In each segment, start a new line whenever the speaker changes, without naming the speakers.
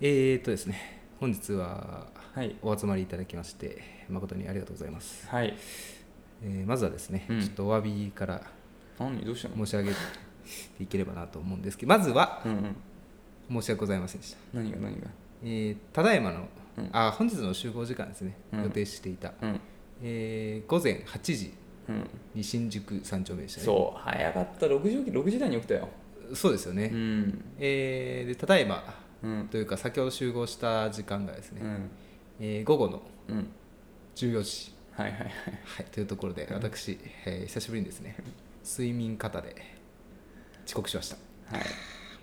えー、っとですね本日は
はい
お集まりいただきまして誠にありがとうございます、
はい
えーまずはですね、
うん
ちょっとお詫びから
何どうしたの
申し上げていければなと思うんですけどまずは
うんうん
申し訳ございませんでした、
何が何が
えーただいまの、
うん
あ本日の集合時間ですね、
うん
予定していた、
うん
えー午前8時
うん
に新宿三丁目でしたね
そう早かった6時起き6時台に起きたよ
そうですよ
う
ね、
ん
えーでただいま
うん
というか先ほど集合した時間がです
う
ね、
ん
えー午後の
うん
14時、
はいはいはい
はい、というところで私、えー久しぶりにですね睡眠過多で遅刻しました
はい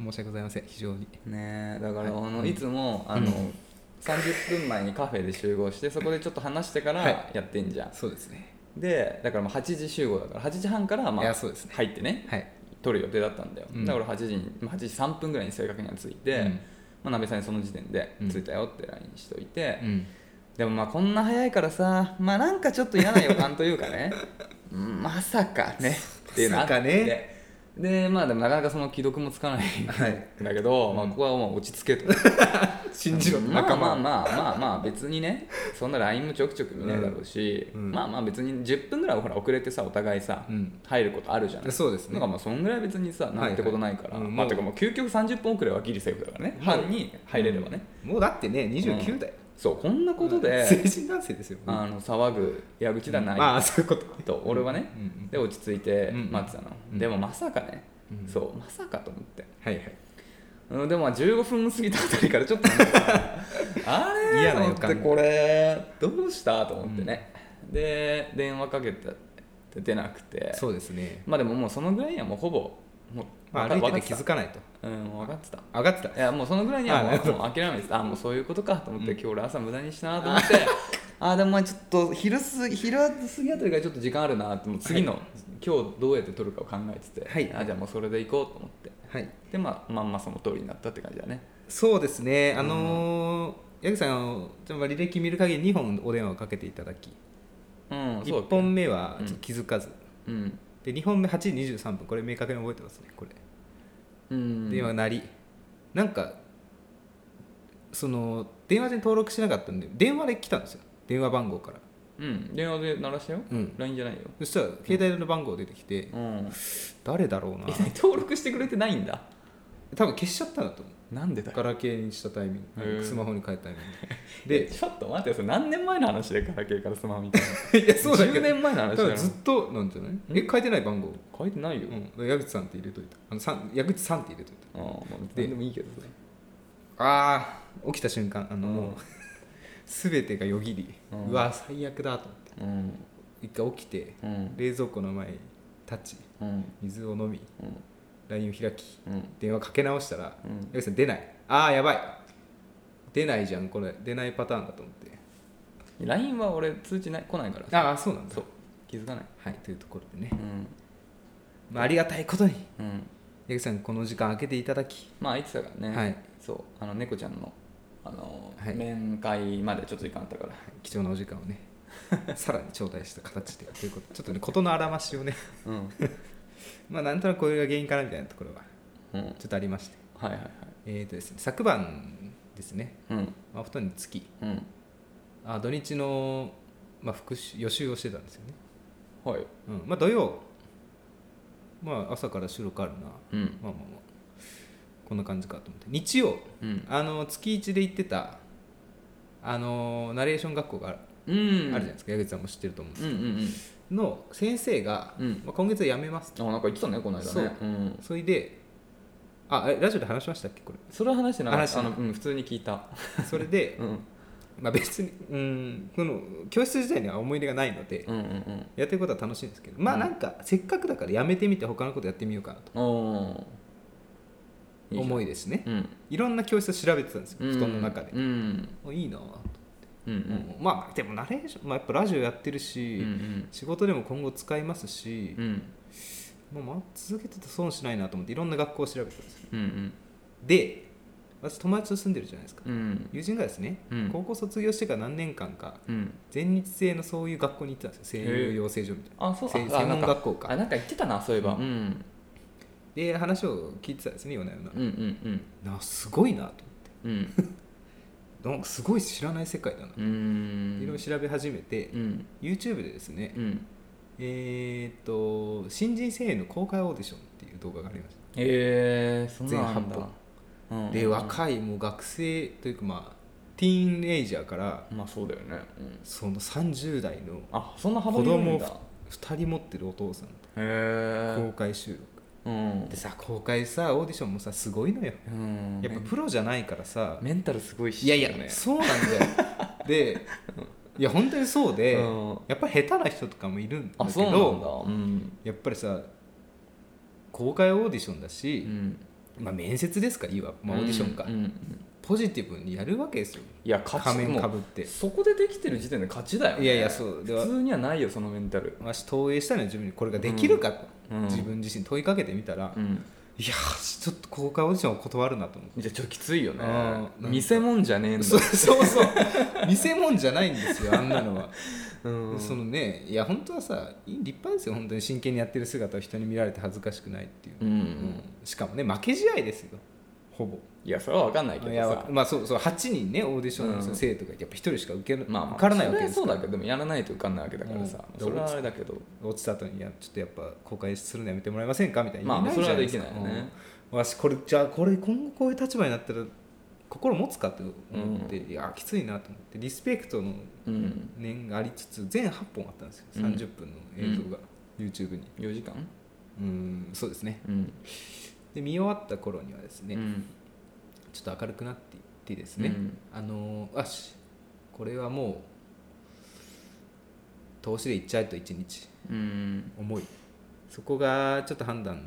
申し訳ございません非常に
ねえだからあ
はい
の
うん
いつもあの30分前にカフェで集合してそこでちょっと話してから
は
やってんじゃん
そうですね
でだからまあ8時集合だから8時半からま
いや
あ
そうですね
入ってね
はい
撮る予定だったんだよ
うん
だから8時にまあ8時3分ぐらいに正確には着いて
うん
まあ鍋さんにその時点で
うん
着いたよって LINE しといて
うん
でもまあこんな早いからさまあなんかちょっと嫌な予感という かねうんまさかねっていうのがあって
まさかね
でまあでもなかなかその既読もつかないん
はい
だけど、まあ、ここはもう落ち着けと
信じろ
まあ
仲間
まあまあまあまあ別にねそんな LINE もちょくちょく見ないだろうし、
うんうん
まあまあ別に10分ぐらいはほら遅れてさお互いさ、
うん
入ることあるじゃない
そうですね
だからまあそんぐらい別にさなんてことないから、
はいはいうん
まあ
もう
てかもう究極30分遅れはギリセーフだからね
もう
班に入れればね、
もうだってね29代、
そうこんなことで、
成人男性ですよ
あの騒ぐ矢口だな、
まあそういうこと
と俺はね、
うんうん
で落ち着いて
うん
待ってたの、
うん
でもまさかね、
うん
そうまさかと思って
はいはい
うんでもまあ15分過ぎたあたりからちょっ となんかあれ
嫌な予感
と思ってこれどうしたと思ってね、で電話かけて出なくて
そうですね、
まあでももうそのぐらいにはもうほぼもう
まあ、
わ
歩
か
いて
わ
て
かっ
気づ
た
かないと
うん分かってた
上がってた
いやもうそのぐらいにはも
あなるほ
う
ど
もう諦めてたあもうそういうことかと思って、
うん
今日俺朝無駄にしたなと 思ってああでもまあちょっと昼すぎ昼過ぎあたりからちょっと時間あるなと思って次の、今日どうやって撮るかを考えてて、
はい
あじゃあもうそれで行こうと思って
はい
でまあまんまその通りになったって感じだね
そうですね、あのーヤクさんあのちょっとまあ履歴見る限り2本お電話をかけていただき、
うんそう
1
だっけ
本目は
うん
ちょっと気づかず、
うん、
で2本目8時23分、これ明確に覚えてますね、これ。
うん、
電話鳴り、なんか、その電話で登録しなかったんで、電話で来たんですよ、電話番号から。
うん電話で鳴らしたよ、
うん
LINE じゃないよ
そしたら、携帯の番号出てきて、
うん
誰だろうな
え、登録してくれてないんだ
多分消しちゃったんだと思う。
なんでだよ
ガラケーにしたタイミング、
へー
スマホに変えたタイミング
で
で。
ちょっと待ってよそれ何年前の話でガラケーからスマホみたいな
い や、 そうだけ
10
ど、
年前の
だ
話
か
だ
ら
よ
ずっとなんじゃないえ、変えてない番号
書いてないよ、
うん、矢口さんって入れといたあのさん矢口さんって入れとい
ああまあ
で
何でもいいけどね
たああ起きた瞬間あの、
うん
もう全てがよぎり、
う
うんわ最悪だと思って
うん
一回起きて
うん
冷蔵庫の前に立ち
うん
水を飲み
うん
LINE を開き
うん
電話かけ直したら
うん
矢口さん出ないああやばい出ないじゃんこれ出ないパターンだと思って
LINE は俺通知ない来ないから
ああそうなんだ
そう気づかない
はいというところでね
う、ん
まあ、ありがたいことに
うん
矢口さんこの時間空けていただき
まあいつだからね、
はい
そうあの猫ちゃんのあの、
はい
面会までちょっと時間あったから
貴重なお時間をね さらに頂戴した形でということでちょっとね事のあらましをね
うん、
まあなんとなくこれが原因かなみたいなところは
うん、はい
ちょっとありまして、
はいはい
えーとですね、昨晩ですね、
うん
まあ、お布団につき
うん
あ土日の、まあ、復習予習をしてたんですよね、
はい
うんまあ、土曜、まあ、朝から収録あるな、ま
うん
あまあまあこんな感じかと思って日曜
うん
あの月1で行ってたあのナレーション学校がある,、
う
あ
ん
るじゃないですか矢口さんも知ってると思うんです
うんうん
の先生が、
うん
まあ、今月は辞めます
うんあなんか言ってたねこの間ね
そう
うん、
それであえラジオで話しましたっけこれ
それは話してなかっ
話して
たあ
ない
の、うん、普通に聞いた
それで
うん
まあ、別に、うん、この教室自体には思い入れがないので、
うんうん
やってることは楽しいんですけどまあ
うん
なんかせっかくだからやめてみて他のことやってみようかなと
うんおー
思
い
いですね
じゃんうん
いろんな教室を調べてたんですよ布団の中で
う、ん
おいいなぁと、
うんうん
まあでもナレーション、まあ、やっぱラジオやってる
う
し、
ん
仕事でも今後使いますし
うんう、ん
もうまあ続けてたら損しないなと思っていろんな学校を調べてたんですよ
うん
で私友達と住んでるじゃないですか、
うん
友人がですね、
うん
高校卒業してから何年間か
うん
全日制のそういう学校に行ってたんですよ声優養成所みたいな
あそう
専
あ
専門
なんか
学校か
あなんか言ってたなそういえば
う
うんうん
で話を聞いてたんですね夜な夜な
うんうん
なすごいなと思って
うん
なんかすごい知らない世界だな、
うーん
いろいろ調べ始めて、
うん
YouTube でですね、
うん
えーっと新人声優の公開オーディションっていう動画がありました、
えー、そんなんあんだ
全八
うん
で若いもう学生というかまあティーンエイジャーから
まあそうだよね、うん、
その30代の
あそんな幅
子
広い
供
ん
ふ
だ
2人持ってるお父さん
へ
と公
え
開収録
うん
でさ公開さオーディションもさすごいのよ
うん
やっぱプロじゃないからさ
メンタルすごいし
いやいや
ね
そう なんだよでいや本当にそうで、
うん
やっぱり下手な人とかもいるんだ
あ
け
そうなんだ
ど
うん、
やっぱりさ公開オーディションだ
う
し、
ん、
まあ、面接ですかいいわ、まあ、オーディションか、
うんうん
ポジティブにやるわけですよ
いや勝ち
仮面か
も
ぶって
うそこでできてる時点で勝ちだよ、ね、
いやいやそうでは
普通にはないよそのメンタル
わし投影したいのは自分にこれができるかと、
うん
自分自身問いかけてみたら、
う
い
ん
やーちょっと公開オーディションを断るなと思って
じゃあちょっときついよね
あーなんか
見せ物じゃねえんだ
そうそうそう見せ物じゃないんですよあんなのは、
うん
そのねいや本当はさいい立派ですよ本当に真剣にやってる姿を人に見られて恥ずかしくないっていう、
うん、う
うん
ん、
しかもね負け試合ですよほぼ
いやそれは分かんないけ
い
ど
や
さ
まあそうそう8人ねオーディション
う
の
ん
生徒がいてやっぱ1人しか受ける、
まあまあ
受からないわけです
そ
か
れは
ら
そうだけどでもやらないと受かんないわけだからさ、
うん
それはあれだけど
落ちた後にいやちょっとやっぱ公開するのやめてもらえませんかみたいな言
まあ
えじゃすか
それはできないよね
うんわしこれじゃあこれ今後こういう立場になったら心持つかと思って、いやきついなと思ってリスペクトの
うん
念がありつつ全8本あったんですよ
うん
30分の映像が、YouTube に
4時間
うんそうですね
うん
で見終わった頃にはですね、
うん
ちょっと明るくなっていってですね、
うん
あのーあしこれはもう投資でいっちゃえと1日
うん
重いそこがちょっと判断の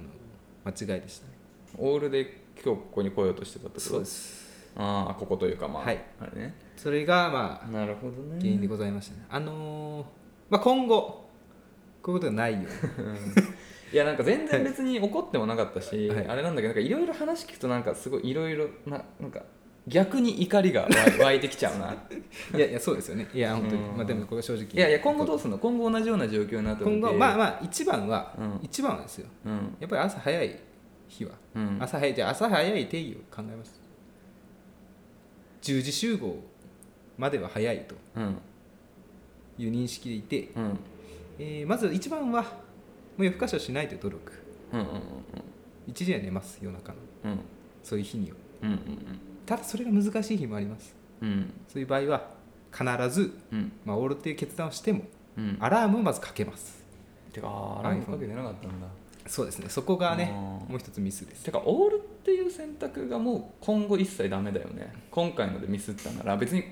間違いでしたね
オールで今日ここに来ようとしてたってこと
そうです
ああここというかまあ、
はい
あれね
それがまあ
なるほどね
原因でございましたね、あのーまあ、今後こういうことがない ように
いやなんか全然別に怒ってもなかったし、
はい
あれなんだけどなんかいろいろ話聞くとなんかすごいいろいろななんか逆に怒りが 湧い湧いてきちゃうない
やいやそうですよねいや本当に、
うん
まあ、でもこれは正直
いやいや今後どうすんの今後同じような状況になって
今後まあ
あ
まあ一番は、
うん
一番はですよ
うん
やっぱり朝早い日は、
うん
朝早いじゃあ朝早い定義を考えます10時集合までは早いと
うん
いう認識でいて、
うん
えーまず一番はもう夜更かしをしないという努力
うんうん
1時には寝ます夜中の
うんうん
そういう日には
うん
ただそれが難しい日もあります
うん
そういう場合は必ず、
うん
まあ、オールっていう決断をしても
うん
アラームをまずかけます
てかあーアラームかけてなかったんだ
そうですねそこがね
うん
もう一つミスです
てかオールっていう選択がもう今後一切ダメだよね今回のでミスったなら別に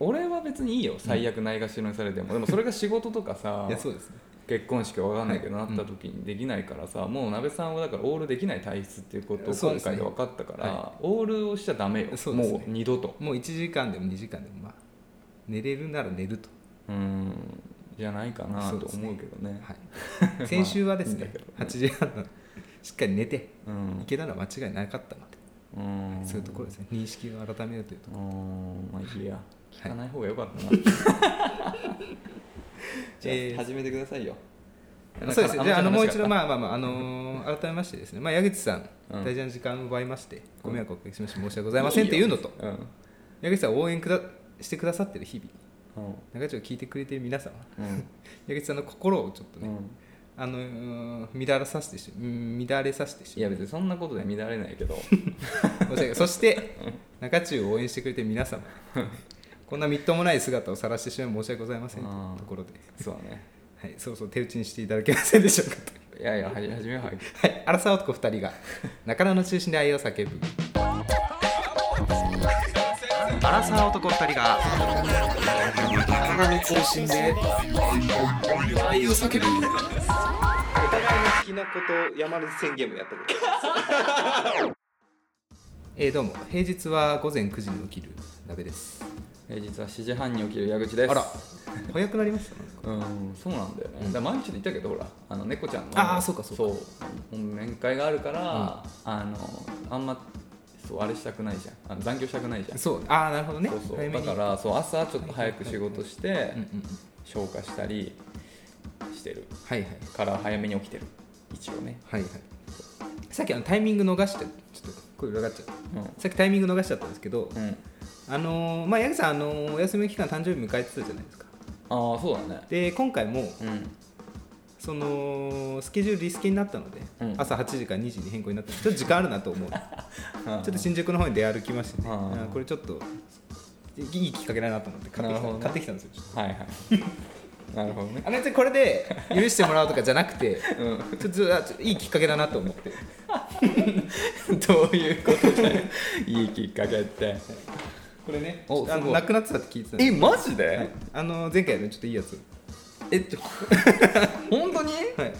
俺は別にいいよ最悪ないがしろにされても、でもそれが仕事とかさ
いやそうですね
結婚式わかんないけどなった時にできないからさ、もう鍋さんはだからオールできない体質っていうことを
そう
今
ですね
回で分かったから、
は
オールをしちゃダメよ
そうですね
もう二度と
もう1時間でも2時間でもまあ寝れるなら寝ると
うんじゃないかな
そう
と
ですね
思うけどね
はい、先週はです
まあい
ね
いんだけど、
8時半のしっかり寝て、
うん
行けたのは間違いなかったので、
うん
そういうところですね、認識を改めるというとこ
うんまあいいや聞かない方がよかったな、 じゃあ、
えー
始めてくださいよ
ろ、そうですね、じゃあ、あのもう一度、
あ
まあまあまあ、あのー改めましてですね、まあ、矢口さん、
うん
大事な時間を奪いまして、ご迷惑をおかけしまして、申し訳ございませんというのと、
うん、うん
矢口さんを応援くだしてくださってる日々、 長丁を聞いてくれてる皆様、
うん
矢口さんの心をちょっと
う
ね、
ん、
あのー乱れさせてし、乱れさせてし
いや別にそんなことで乱れないけ ど
申し訳ないそして中中を応援してくれてる皆様こんなみっともない姿を晒してしまい申し訳ございませんと
うん
いうところで、
そうだね
はい、そろそろ手打ちにしていただけませんでしょうか
いやいやはじ始めようはい
とはい荒沢男2人が中野の中心で愛を叫ぶ荒沢男2人が中野の中心で愛を叫ぶお互いの好きなことを山根宣言もやったこと えー、どうも平日は午前9時に起きる鍋です
平日は7時半に起きる矢口です
あら早くなりましたなんか
うんそうなんだよね、
うん
だから毎日で言ったけどほらあの猫ちゃんの
あーそうかそうか
そう面会があるから、あのあんまそうあれしたくないじゃんあの残業したくないじゃん
そうああなるほどね
そうそう
早め
だ
に
からそう朝ちょっと早く仕事して
うんうんうん
消化したりしてる
はいはい
から早めに起きてる一応ね、
はいはいさっきあのタイミング逃してちょっとこれ裏がっちゃった
う
さっきタイミング逃しちゃったんですけど、
んうん、
あのーまあ八木さん、あのーお休み期間誕生日迎えてたじゃないですか
ああそうだね
で今回も
うん
そのスケジュールリスケになったので、
うん
朝8時から2時に変更になったのでちょっと時間あるなと 思うち
ちょ
ょっと新宿の方に出歩きましてね、
うん
あーこれちょっといいきっかけだなと思って買ってき
なる
た,、
ほどね
買ってきたんですよちょっと
はいはい なるほどね
あ別にこれ で許してもらうとかじゃなくて
うん
ちょっとあちょっといいきっかけだなと思って
どういうことだよいいきっかけって
これね
お
あ
すご
の
い
なくなってたって聞いてたんで
えマジで、
はいあの前回のちょっといいやつ
えっと本当に
はい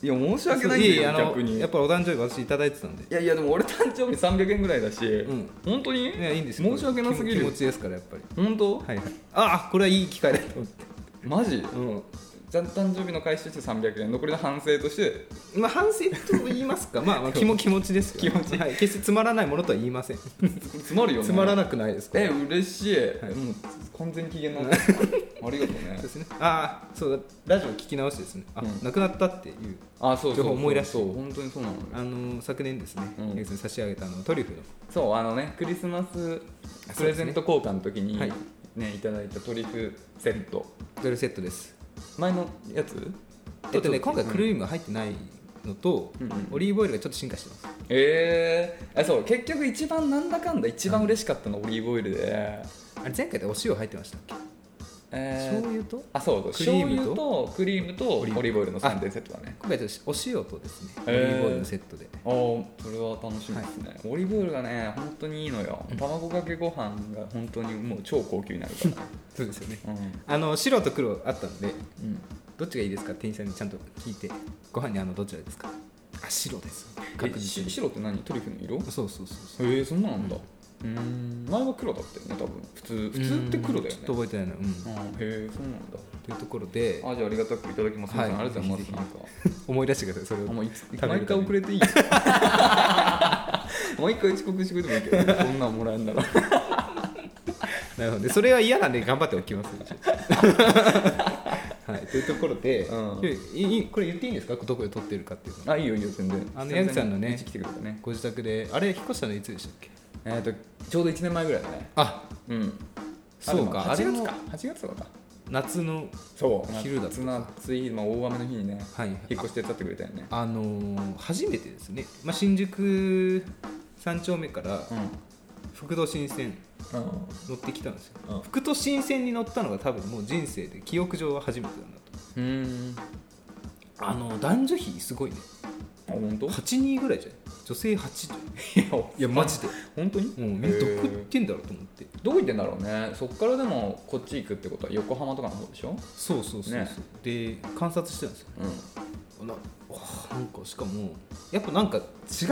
いや申し訳ないんだ
いいあ
よ
の
逆に
やっぱお誕生日私いただいてたんで
いやいやでも俺誕生日300円ぐらいだし、
ん
本当に、
いやいいんですよ
申し訳なすぎ
気
る
持ちですからやっぱり
本当、
はいはいああこれはいい機会だと思って
マジ
うん
じゃあ誕生日の回収して300円残りの反省として
まあ反省と言いますかまあまあ気も気持ちですよ
気持ち
はい、決してつまらないものとは言いません
つまるよね
つまらなくないですか
え
そう
嬉しい、もう完全に機嫌になった ありがとうね
ですねああそうだラジオ聞き直しですねあ、
うん
なくなったっていう
あそうそ
情
う
報思い出して
そう本当にそうなのよ
あの昨年ですね、
うん
江口さんに差し上げたあのトリュフの
そうあのねクリスマス
あ
プレゼント交換の時に
は
ね
い
いただいたトリュフセット
ドルセットです
前のやつ
えっとね
ちょ
今回ク
うん
リームが入ってないのと、
うんうん
オリーブオイルがちょっと進化してます
えー、あそう結局一番なんだかんだ一番嬉しかったのはオリーブオイルで、
あれ前回でお塩入ってましたっけ、
えー
醤油と
あそうそう
クリー
醤
ムと
油とクリームとオリーブオイルの3点セットだね
今回ちょっとお塩とですねオ
へ
リ
ー
ーブオイルのセットで、
ああーそれは楽しみですね、オリーブオイルがね本当にいいのよ卵かけご飯が本当にもう超高級になるか
そうですよね
らうん、
あの白と黒あったんで
うん、
どっちがいいですか店員さんにちゃんと聞いてご飯にあのどちらですかあ白です確
え
実
し
に
白って何トリュフの色へ
そうそうそうそう
えそんななんだうーん前は黒だったよね多分普通普通って黒だよ
うんちょっ
ね
と覚えてないなうん、
うんへえそうなんだ
というところで
あじゃあありがたくいただきます、
はい
皆さんありがとうございます
ぜひ
な
ぜ
んか
思い出してくださいそれを
あもうい
べる
つ
ために
毎回遅れていい もう一回遅刻してくれてもいいけどこんなんもらえんなら
なるほどでそれは嫌なんで頑張っておきます、 はい、というところで、
うん
いいいこれ言っていいんですかどこで撮ってるかっていうの
あいいよいいよ全然
あのヤギさんのね
うち来てくれたね
ご自宅であれ引っ越したのいつでしたっけ
えっ、とちょうど1年前ぐらいだね
あ
うん
そうか
あれ
あれ
8
も
月か8月とかか
夏の
そう
昼だった
夏の暑い、まあ、大雨の日にね
はい
引っ越し手伝ってくれたよね
あのー初めてですね、まあ、新宿三丁目から
うん
福都新線
うん
乗ってきたんですよ、
うん
福都新線に乗ったのが多分もう人生で記憶上は初めてだな
うーん
とあの男女比すごいね
あ本当
8人ぐらいじゃない女性8い
い
やマジで
本当に
もうみんな
へ
ど
ー
こ行ってんだろうと思って
どこ行ってんだろうねそっからでもこっち行くってことは横浜とかの方でしょ
そうそうそうそう、
ね
で観察してたんですよ
う
なわあなんかしかもやっぱなんか違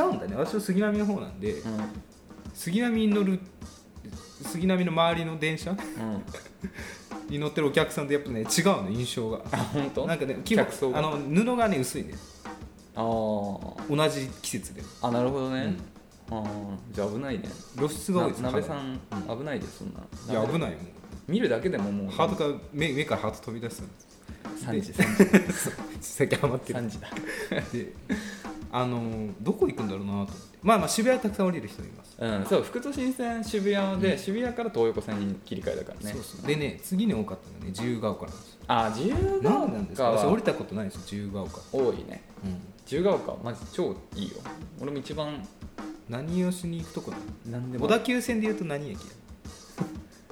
うんだね私は杉並の方なんで、
んうん
杉並に乗る杉並の周りの電車
うん
に乗ってるお客さんとやっぱね違うの印象が
あ本当
なんかね基本
客層が
あの布がね薄いね
あー
同じ季節で
あなるほどね、ああじゃあ危ないね
露出が多いです
な鍋
肌
さ
が
ん危ないですそん
い
な
や
鍋
危ないよ
見るだけでももう
ハートから目目からハート飛び出 したんです
3時
で
3時
最近ハマってる
3時だ
で あのーどこ行くんだろうなと思ってまあまあ渋谷はたくさん降りる人います、
うんそう福都新線渋谷で、渋谷から東横線に切り替えだからね
そうそうでね次に多かったのがね自由が丘なんですよ
あ自由が
何なんですか
丘
私降り
は
たことないですよ自由が丘、
多いね
うん、
自由が丘マジ超いいよ俺も一番
何をしに行くとこな
何で
の小
も
田急線でいうと何駅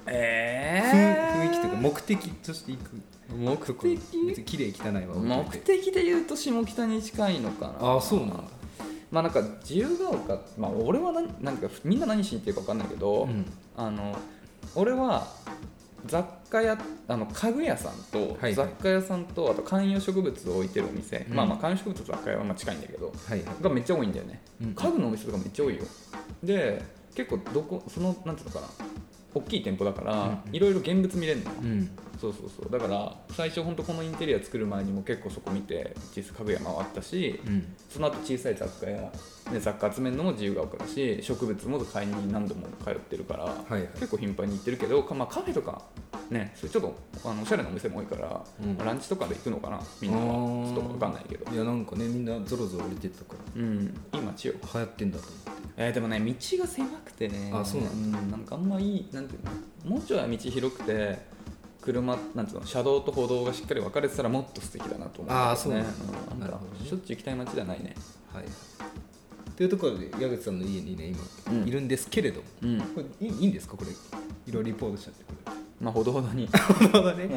え
雰雰
え
囲気というか目的として行く
目
ところ
的
別に綺麗汚いは置いと
目
いて
的で言うと下北に近いのかな
ああそうなんだ、
まあなんか自由が丘まあ俺は何なんかみんな何しに行ってるか分かんないけど、
うん
あの俺は雑貨屋あの家具屋さんと
はい
雑貨屋さんとあと観葉植物を置いてるお店、
うん
まあまあ観葉植物と雑貨屋はまあ近いんだけど
はいはい
がめっちゃ多いんだよね、
うん
家具のお店とかめっちゃ多いよで結構どこそのなんていうのかな大きい店舗だから
うん
いろいろ現物見れるのよ、
うん
そうそうそうだから最初本当このインテリア作る前にも結構そこ見て実際家具屋回ったし、
うん
その後小さい雑貨屋で雑貨集めるのも自由が丘だし植物も買いに何度も通ってるから、
はいはい
結構頻繁に行ってるけど、かまあ、カフェとかねそういうちょっとあのおしゃれなお店も多いから、
うん
ランチとかで行くのかなみんな
あ
は
ー
ちょっと分かんないけど
いやなんかねみんなゾロゾロ降りてったから
うんいい街よ
流行ってんだと思って
えーでもね道が狭くてね
あそうなん
だ、なんかあんまいいなんていうのもうちょい道広くて車なんていうの車道と歩道がしっかり分かれてたらもっと素敵だなと思う、
あーそうなんだ
うん
な
な
んる
か
ほどね
しょっちゅう行きたい街じゃないね
はいというところで矢口さんの家にね今、
うん
いるんですけれども
うん
これいいいいんですかこれいろいろリポートしちゃってこ
まあほどほど
れ
に
なるほどね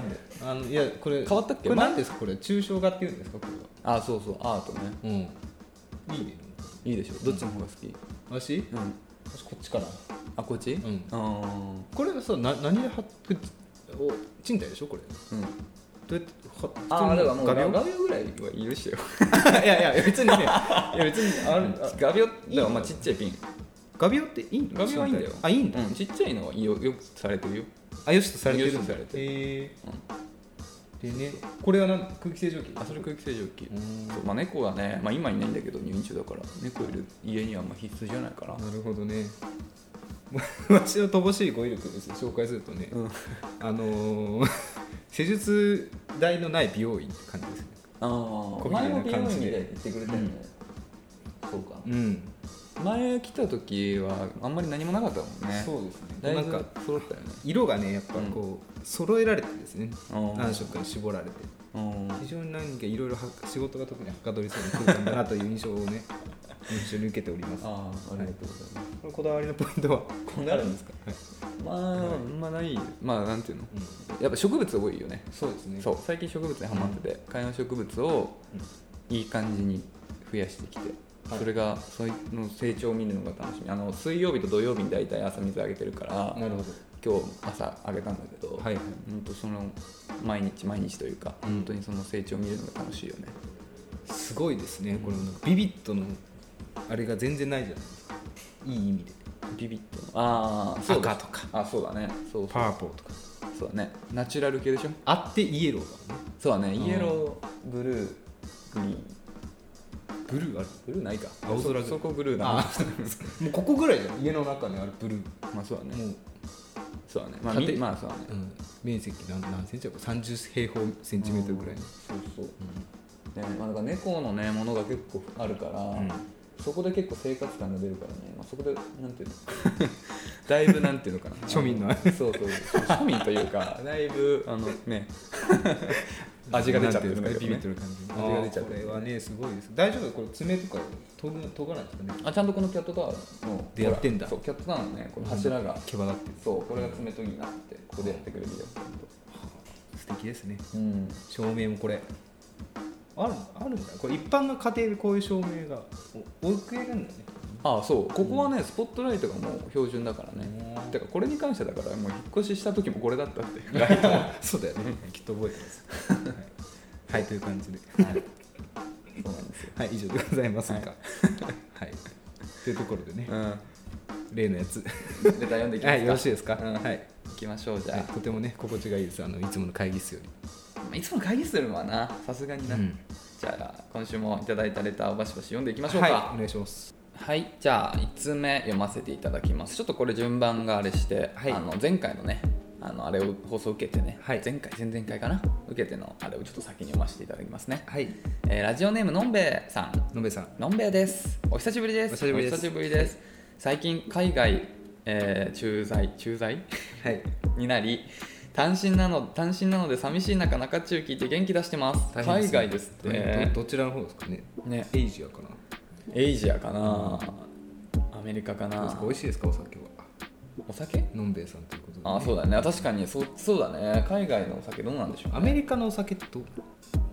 あのいやこれ
変わったっけ
これ何ですかこれ抽象画っていうんですかこれ
あそうそうアートね
はうんいいね
いいでしょどっちの方が好き
私
うん、
私こっちかな
あこっちうんあー
これさな何で貼っお賃貸でしょこれ
うん
どうやって貼っ
あーだからもう
画
画
鋲
鋲ぐらいは許してよ
いやいや別にねいや別にあるあ
画鋲だからまあちっちゃいピン
画鋲っていいん
画鋲はいいんだよ
あいいんだ、
うんちっちゃいのはいいよよくされてるよ
あよしとされてるんだ
よしとされて
へえでねこれはなん空気清浄機
あそれ空気清浄機
うん
そうまあ、猫がね、まあ、今いないんだけど入院中だから猫いる家にはあんま必須じゃないかな
なるほどね わしの乏しい語彙力をですね紹介するとね、
うん
あのー 施術台のない美容院って感じですね
あ
小切
前
れな
も美容
感
院
じ
み
で
たいに言ってくれたよね、そうか
うん
前来た時はあんまり何もなかったもんね
そうですね
だい
な
ぶ
んか
揃ったよね
色がねやっぱこう、揃えられてですね
うん
何色に絞られて
うん
非常になんかいろいろは仕事が特にはかどりそうな空間だなという印象を ね印象に受けております
ああありがとうございます、
これこだわりのポイントは
こんなあるんです
か、
まあ、
はい
まあないまあなんていうの
うん、
やっぱ植物多いよね
そうですね
そう最近植物にハマってて観葉植物をいい感じに増やしてきて、
はい
それがその成長を見るのが楽しみあの水曜日と土曜日に大体朝水あげてるから
なるほ
今日朝あげたんだけど、
どはいはい
本当その毎日毎日というか、
うん
本当にその成長を見るのが楽しいよね
すごいですねこれなんかビビットのあれが全然ないじゃないですかいい意味で
ビビッとああそうだ
赤とか
あそうだねそうそう
パーポーとか
そうだねナチュラル系でしょ
あってイエローだもんね
そうだね
ん
イエローブルーグリーン
ブルーある
ブルーないか
青空グリーン
そそこブルーだな
ああ もうここぐらいじゃん家の中にあるブルー
まあそうだね
もう、
そうだねまあ
縦
みまあそうだね、
うん、面積何何センチだこれ30平方センチメートルぐらいの、
そうそうでもまあなんか猫のねものが結構あるから、
ん
そこで結構生活感が出るからね、まあ、そこでなん ていうのだいぶなんていうの かな
庶民の
あそうそうそう庶民という かだいぶあのね味が出ちゃってるんだけど
ビビって
ね
る感じ
味が出ちゃってる
これはねすごいです大丈夫これ爪とか研ぐ研がないですかね
あちゃんとこのキャットタワーの
でやってんだ
ほらそうキャットタワーのねこの柱が、
毛羽立ってる
そうこれが爪研ぎになってここでやってくれるよ
素敵ですね
うん
照明もこれあるあるんだこれ一般の家庭でこういう照明がお置くなんだよね
ああそうここはね、スポットライトがもう標準だからね
うん
てかこれに関してだからもう引っ越しした時もこれだったっていうライトは
そうだよねきっと覚えてますはい、はい、という感じで
はい そうなんですよ
はい以上でございますが
はい
はい、というところでね
う
例のやつ
ん。で、読んでいきま
は
すか。
いよろしいですか、
うん
はい、
行きましょう、じゃ
はい
あ。
とてもね心地がいいですあのいつもの会議室よ
まあいつも会議するわな、さすがに
り、
な。
うん
じゃあ、今週もいただいたレターをバシバシ読んでいきましょうか。
はい
は
お
い、
願いします
じゃあ、1通目読ませていただきます。ちょっとこれ順番があれして、
はい
あの前回のね、あのあれを放送受けてね、
はい
前回、前々回かな、受けてのあれをちょっと先に読ませていただきますね。
はい
えーラジオネームのんべえさん、
のべさん
のんべえです。お久しぶりです。
お久しぶりです
ぶりです最近、海外、えー駐在、駐在
はい
になり単身なの単身なので寂しい中中中聞いて元気出してます海外ですって、
どどちらの方ですかね
ね
エイジアかな
エイジアかなアメリカか
どうです
な
か美味しいですかお酒は
お酒
のんべえさんということで、
あそうだね確かにそうそうだね海外のお酒どうなんでしょうね
アメリカのお酒ってどう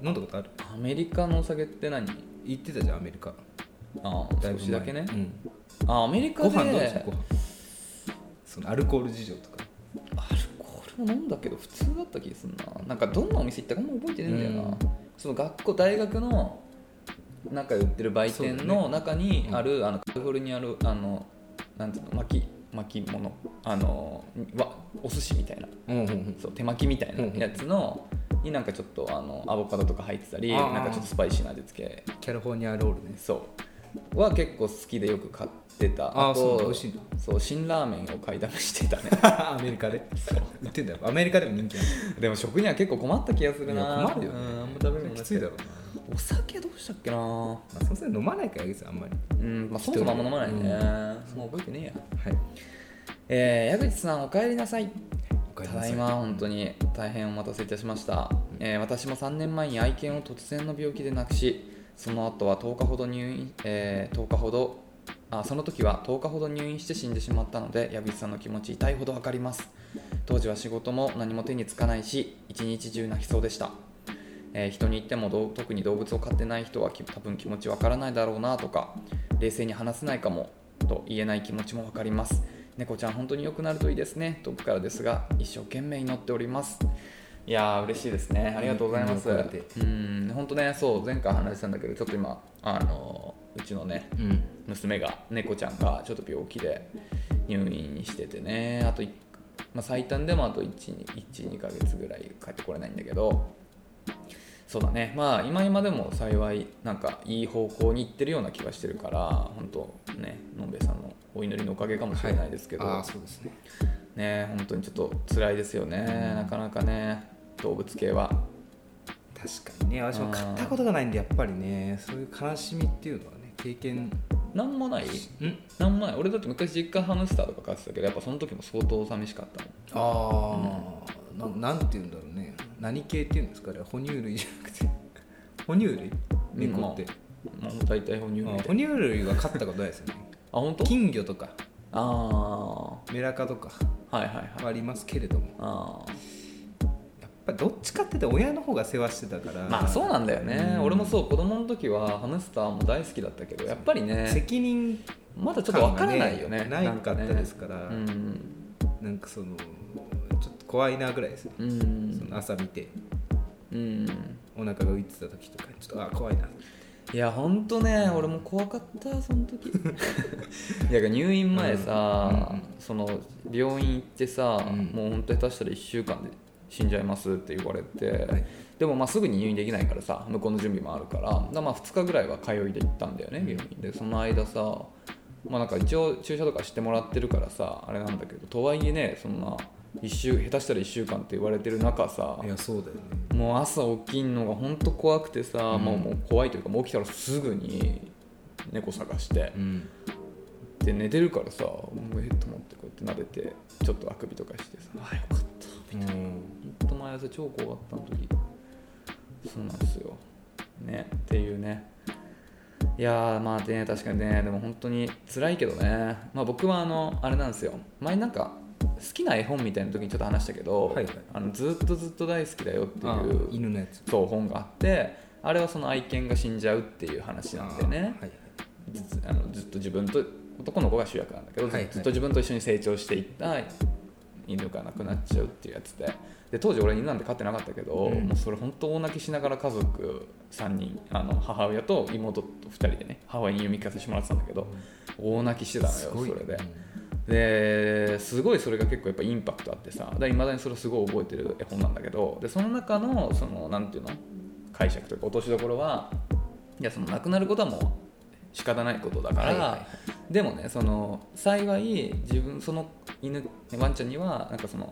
飲んだことある
アメリカのお酒って何
行ってたじゃんアメリカ
あ
だいぶ
少しだけね
前、うん
あアメリカ
ご
で
飯どうでしたご飯そのアルコール事情とか
アルコールも飲んだけど普通だった気がするななんかどんなお店行ったかも覚えてないんだよな、
うん
その学校大学の中で売ってる売店の中にある、あのカリフォルニアのあのなんていうの巻き巻き物あのわお寿司みたいな
うんうんうん
そう手巻きみたいな
うんうん
やつの、になんかちょっとあのアボカドとか入ってたり
あー
なんかちょっとスパイシーな味付け
キャリフォルニアロール ね
そうは結構好きでよく買ってた
あー
と
そう美味しいんだ
そう辛ラーメンを買いだめしてたね
アメリカで行ってんだよアメリカでも人気な
でも食には結構困った気がする
のい
な
や困るよ
うんあん
ね
ま食べるものなくて
きついだろうな
お酒どうしたっけな
まあ、そうすると飲まないからですよあんまり
うん、まあ、そもそもあんま飲まないね、もう覚えてねえや
はい
えー、矢口さんお帰りなさい
お帰り
た
な
だ
さい
いま本当に大変お待たせいたしました、えー私も3年前に愛犬を突然の病気で亡くしその後は10日ほど入院、えー10日ほどあその時は10日ほど入院して死んでしまったので矢口さんの気持ち痛いほど分かります当時は仕事も何も手につかないし一日中泣きそうでした、えー人に言ってもどう特に動物を飼ってない人はき多分気持ちわからないだろうなとか冷静に話せないかもと言えない気持ちもわかります猫ちゃん本当に良くなるといいですね遠くからですが一生懸命祈っておりますいやー嬉しいですねありがとうございます
喜んで
うん本当ねそう前回話したんだけどちょっと今あのうちのね
うん
娘が猫ちゃんがちょっと病気で入院しててねあとい、まあ、最短でもあと12ヶ月ぐらい帰ってこれないんだけどそうだねまあ今今でも幸いなんかいい方向に行ってるような気がしてるから本当ねのんべえさんのお祈りのおかげかもしれないですけど、
ああそうですね
ね本当にちょっと辛いですよね、なかなかね動物系は
確かにね私も買ったことがないんでやっぱりねそういう悲しみっていうのはね経験
なんもない
うん
なんもない俺だって昔実家ハムスターとか飼ってたけどやっぱその時も相当寂しかったもん
ああ、なん、なんて言うんだろうね何系っていうんですかね哺乳類じゃなくて哺乳類猫って、
もう大体哺乳類
あ
で
哺乳類は飼ったことないですよね
あ本当
金魚とか
ああ
メダカとか
はいはい
は
はい
ありますけれども
あ
やっぱりどっちかって言って親の方が世話してたから
ーまあそうなんだよね、
うん
俺もそう子供の時はハムスターも大好きだったけどやっぱりね
責任
まだちょっとわ
感
か
がね
らないよね
ないかったです
か
から
ね
なんかそのちょっと怖いなぐらいですね
うんう
その
ん
朝見て
うん
お腹が浮いてた時とかちょっとあ怖いない
やほんとね俺も怖かったそ の時いやだから入院前さ、
うんうんうん
その病院行ってさ、
うん
もうほんと下手したら1週間で死んじゃいますって言われて、
はい
でもまあすぐに入院できないからさ向こうの準備もあるからだからまあ2日ぐらいは通いで行ったんだよね病院でその間さまあなんか一応注射とかしてもらってるからさあれなんだけどとはいえねそんな一週下手したら1週間って言われてる中さ
いやそうだよね
もう朝起きんのが本当怖くてさ、
ん
もうもう怖いというかもう起きたらすぐに猫探して
うん
で寝てるからさもうえっと思ってこうやって撫でてちょっとあくびとかしてさあよかった
うん
本当毎朝超怖かったの時そうなんですよねっていうねいやーまあね確かにねでも本当に辛いけどねまあ僕はあのあれなんですよ前なんか好きな絵本みたいな時にちょっと話したけど、
はいはい
あのずっとずっと大好きだよってい
あ
う
犬のやつ
そう本があってあれはその愛犬が死んじゃうっていう話なんだよね
あーはい
ずあのずっと自分と男の子が主役なんだけど、ず
はいはい
ずっと自分と一緒に成長していった犬が亡くなっちゃうっていうやつでで当時俺犬なんて飼ってなかったけど、
うん
もうそれ本当大泣きしながら家族3人あの母親と妹と2人でねハワイに読み聞かせしてもらってたんだけど大泣きしてたのよ
すごい
それで
うん。
ですごいそれが結構やっぱインパクトあってさいまだにそれをすごい覚えてる絵本なんだけどでその中のそのなんていうの解釈というか落としどころはいやその亡くなることはもう仕方ないことだから、
はいはいは
でもねその幸い自分その犬ワンちゃんにはなんかその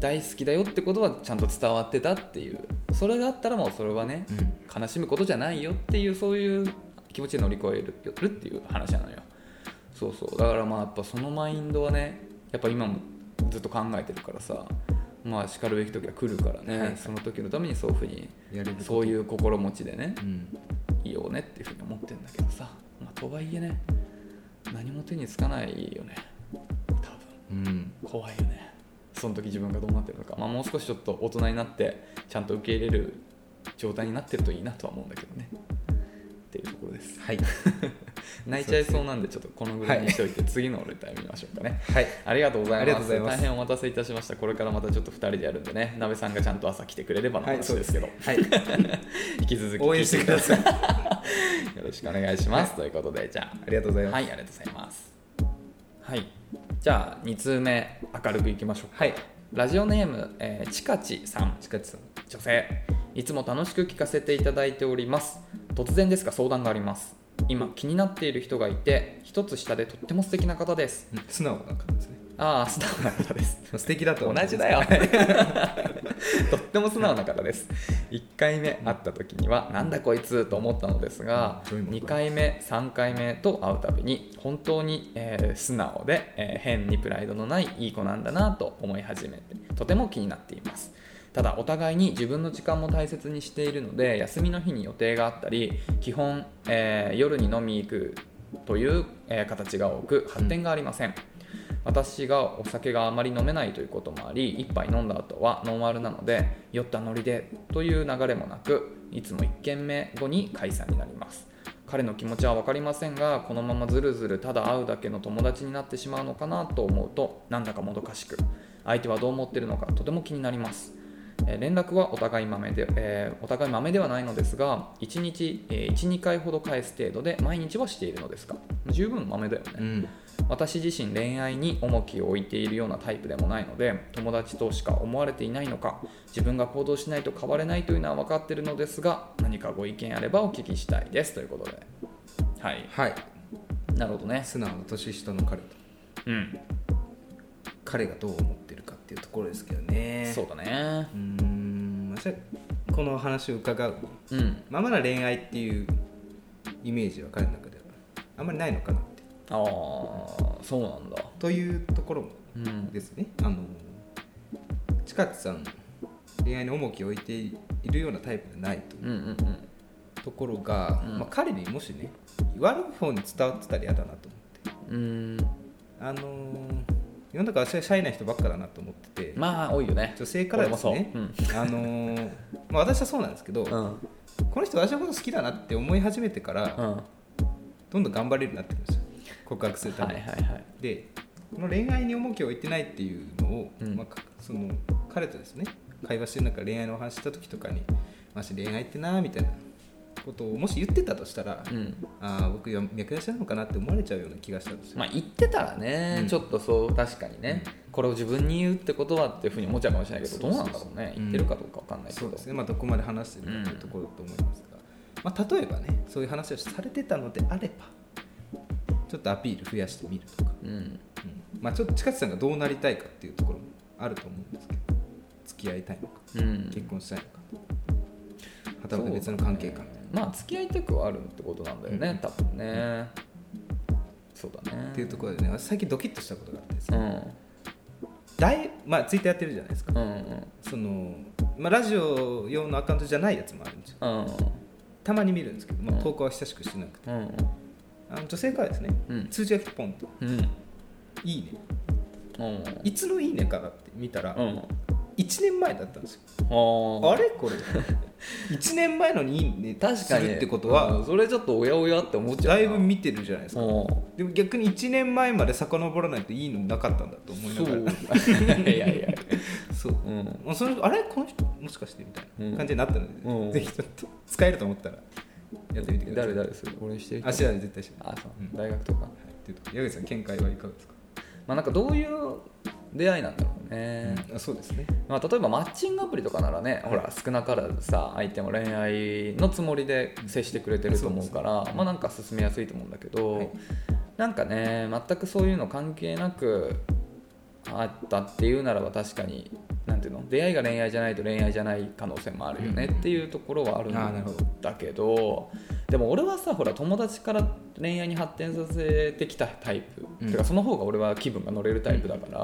大好きだよってことはちゃんと伝わってたっていうそれがあったらもうそれはね
うん
悲しむことじゃないよっていうそういう気持ちで乗り越えるるっていう話なのよそうそうだからまあやっぱそのマインドはねやっぱ今もずっと考えてるからさまあしかるべき時は来るからね、
はい
その時のためにそういうふうに
やれること
そういう心持ちでね
うん
いようねっていうふうに思ってんだけどさ、まあ、とはいえね何も手につかないよね多分
うん
怖いよねその時自分がどうなってるのか、まあ、もう少しちょっと大人になってちゃんと受け入れる状態になってるといいなとは思うんだけどねっていうところです
はい
泣いちゃいそうなんでちょっとこのぐらいにしておいて、次のおレター見ましょうかね
はい
ありがとうございます
ありがとうございます
大変お待たせいたしましたこれからまたちょっと2人でやるんでね鍋さんがちゃんと朝来てくれればの話ですけど、
はい
引き続き
応援してくださいあ
いよろしくお願いします、ということでじゃあ
りがとうございます
はいありがとうございますはいじゃあ2通目明るくいきましょうか
はい
ラジオネーム、えー、ちかちさん
ちかちさん
女性いつも楽しく聞かせていただいております突然ですが相談があります今気になっている人がいて一つ下でとっても素敵な方です
素直な方ですね
ああ素直な方です
素敵だと
同
思います
じだよ とっても素直な方です1回目会った時にはなんだこいつと思ったのですが
どういうこと
2回目3回目と会うたびに本当に、えー素直で、えー変にプライドのないいい子なんだなと思い始めてとても気になっていますただお互いに自分の時間も大切にしているので休みの日に予定があったり基本、えー夜に飲みに行くという、えー形が多く発展がありません、私がお酒があまり飲めないということもあり一杯飲んだ後はノンアルなので酔ったノリでという流れもなくいつも1軒目後に解散になります彼の気持ちは分かりませんがこのままずるずるただ会うだけの友達になってしまうのかなと思うとなんだかもどかしく相手はどう思ってるのかとても気になりますえー連絡はお互いまめで、えーお互いまめではないのですが1日、えー12回ほど返す程度で毎日はしているのですが十分まめだよね、
うん
私自身恋愛に重きを置いているようなタイプでもないので友達としか思われていないのか自分が行動しないと変われないというのは分かっているのですが何かご意見あればお聞きしたいですということではい
はい
なるほどね
素直な年下の彼と
うん
彼がどう思ってるかっていうところですけどね
そうだね
うーんじゃあこの話を伺う
うん
まあまだ恋愛っていうイメージは彼の中ではあんまりないのかなって
ああそうなんだ
というところも
うん
ですねあの近くさん恋愛に重きを置いているようなタイプではないと
うんうんうん
ところが、
うん
まあ、彼にもしね悪い方に伝わってたら嫌だなと思って
うん
あのー世の中はシャイな人ばっかだなと思ってて、
まあ多いよね
女性からですね、
俺も
あのーまあ、私はそうなんですけど、
うん
この人私のこと好きだなって思い始めてから、
うん
どんどん頑張れるようになってくるんですよ告白するた
は
め
い
に、
はいはい
でこの恋愛に重きを置いてないっていうのを、
うん
まあ、かその彼とですね会話してる中恋愛のお話した時とかに「まし恋愛ってな」みたいなことをもし言ってたとしたら、
うん
ああ僕は脈出しなのかなって思われちゃうような気がしたんですよ、
まあ言ってたらね、
うん
ちょっとそう確かにね、これを自分に言うってことはっていうふうに思っちゃうかもしれないけどどうなんだろうね
うん
言ってるかどうかわかんないけど、
そうですね、まあ、どこまで話してるかというところだと思いますが、まあ、例えばねそういう話をされてたのであればちょっとアピール増やしてみるとか、
うん
うんまあ、ちょっと近瀬さんがどうなりたいかっていうところもあると思うんですけど付き合いたいのか
うん
結婚したいのかはたまた別の関係かみたいな
まあ付き合いたくはあるってことなんだよね、
うん
多分ね、そうだね
っていうところでね私最近ドキッとしたことがあってですね、
うん
だいまあ、ツイッターやってるじゃないですか、
うんうん
そのまあ、ラジオ用のアカウントじゃないやつもあるんですよ
うん
たまに見るんですけど、ま
う
あ、
ん
投稿は久しくしてなくて、
うん
あの女性からですね、
うん
通知が来てポンと
うん
「いいね
うん」
いつの「いいね」かなって見たら、
うん
1年前だったんですよ、
あ
あれ これ1年前のに「いいね」
確
す
かに
るってことは、
うんそれちょっとおやおやって思っちゃう
だ
ない
ぶ見てるじゃないです
う
か、
ん
でも逆に1年前まで遡らないといいのなかったんだと思いな
そ
がら
ういやいや
そう
うん
もうそのあれこの人もしかしてみたいな感じになったので、
うん
ぜひちょっと使えると思ったらやってみてください
誰誰それ俺してる人
あ知らない絶対知らない
あそう、
うん
大学とか
はいっていうとこ矢口さん見解はいかがですか、
まあなんかどういう出会いなんだろうね、
あそうですね
まあ、例えばマッチングアプリとかならねほら少なからずさ相手も恋愛のつもりで接してくれてると思うからまあなんか進めやすいと思うんだけど、
はい
なんかね全くそういうの関係なくあったっていうならば確かになんていうの出会いが恋愛じゃないと恋愛じゃない可能性もあるよねっていうところはあるん
あーなるほど
だけどでも俺はさほら友達から恋愛に発展させてきたタイプ、
うん
てかその方が俺は気分が乗れるタイプだから、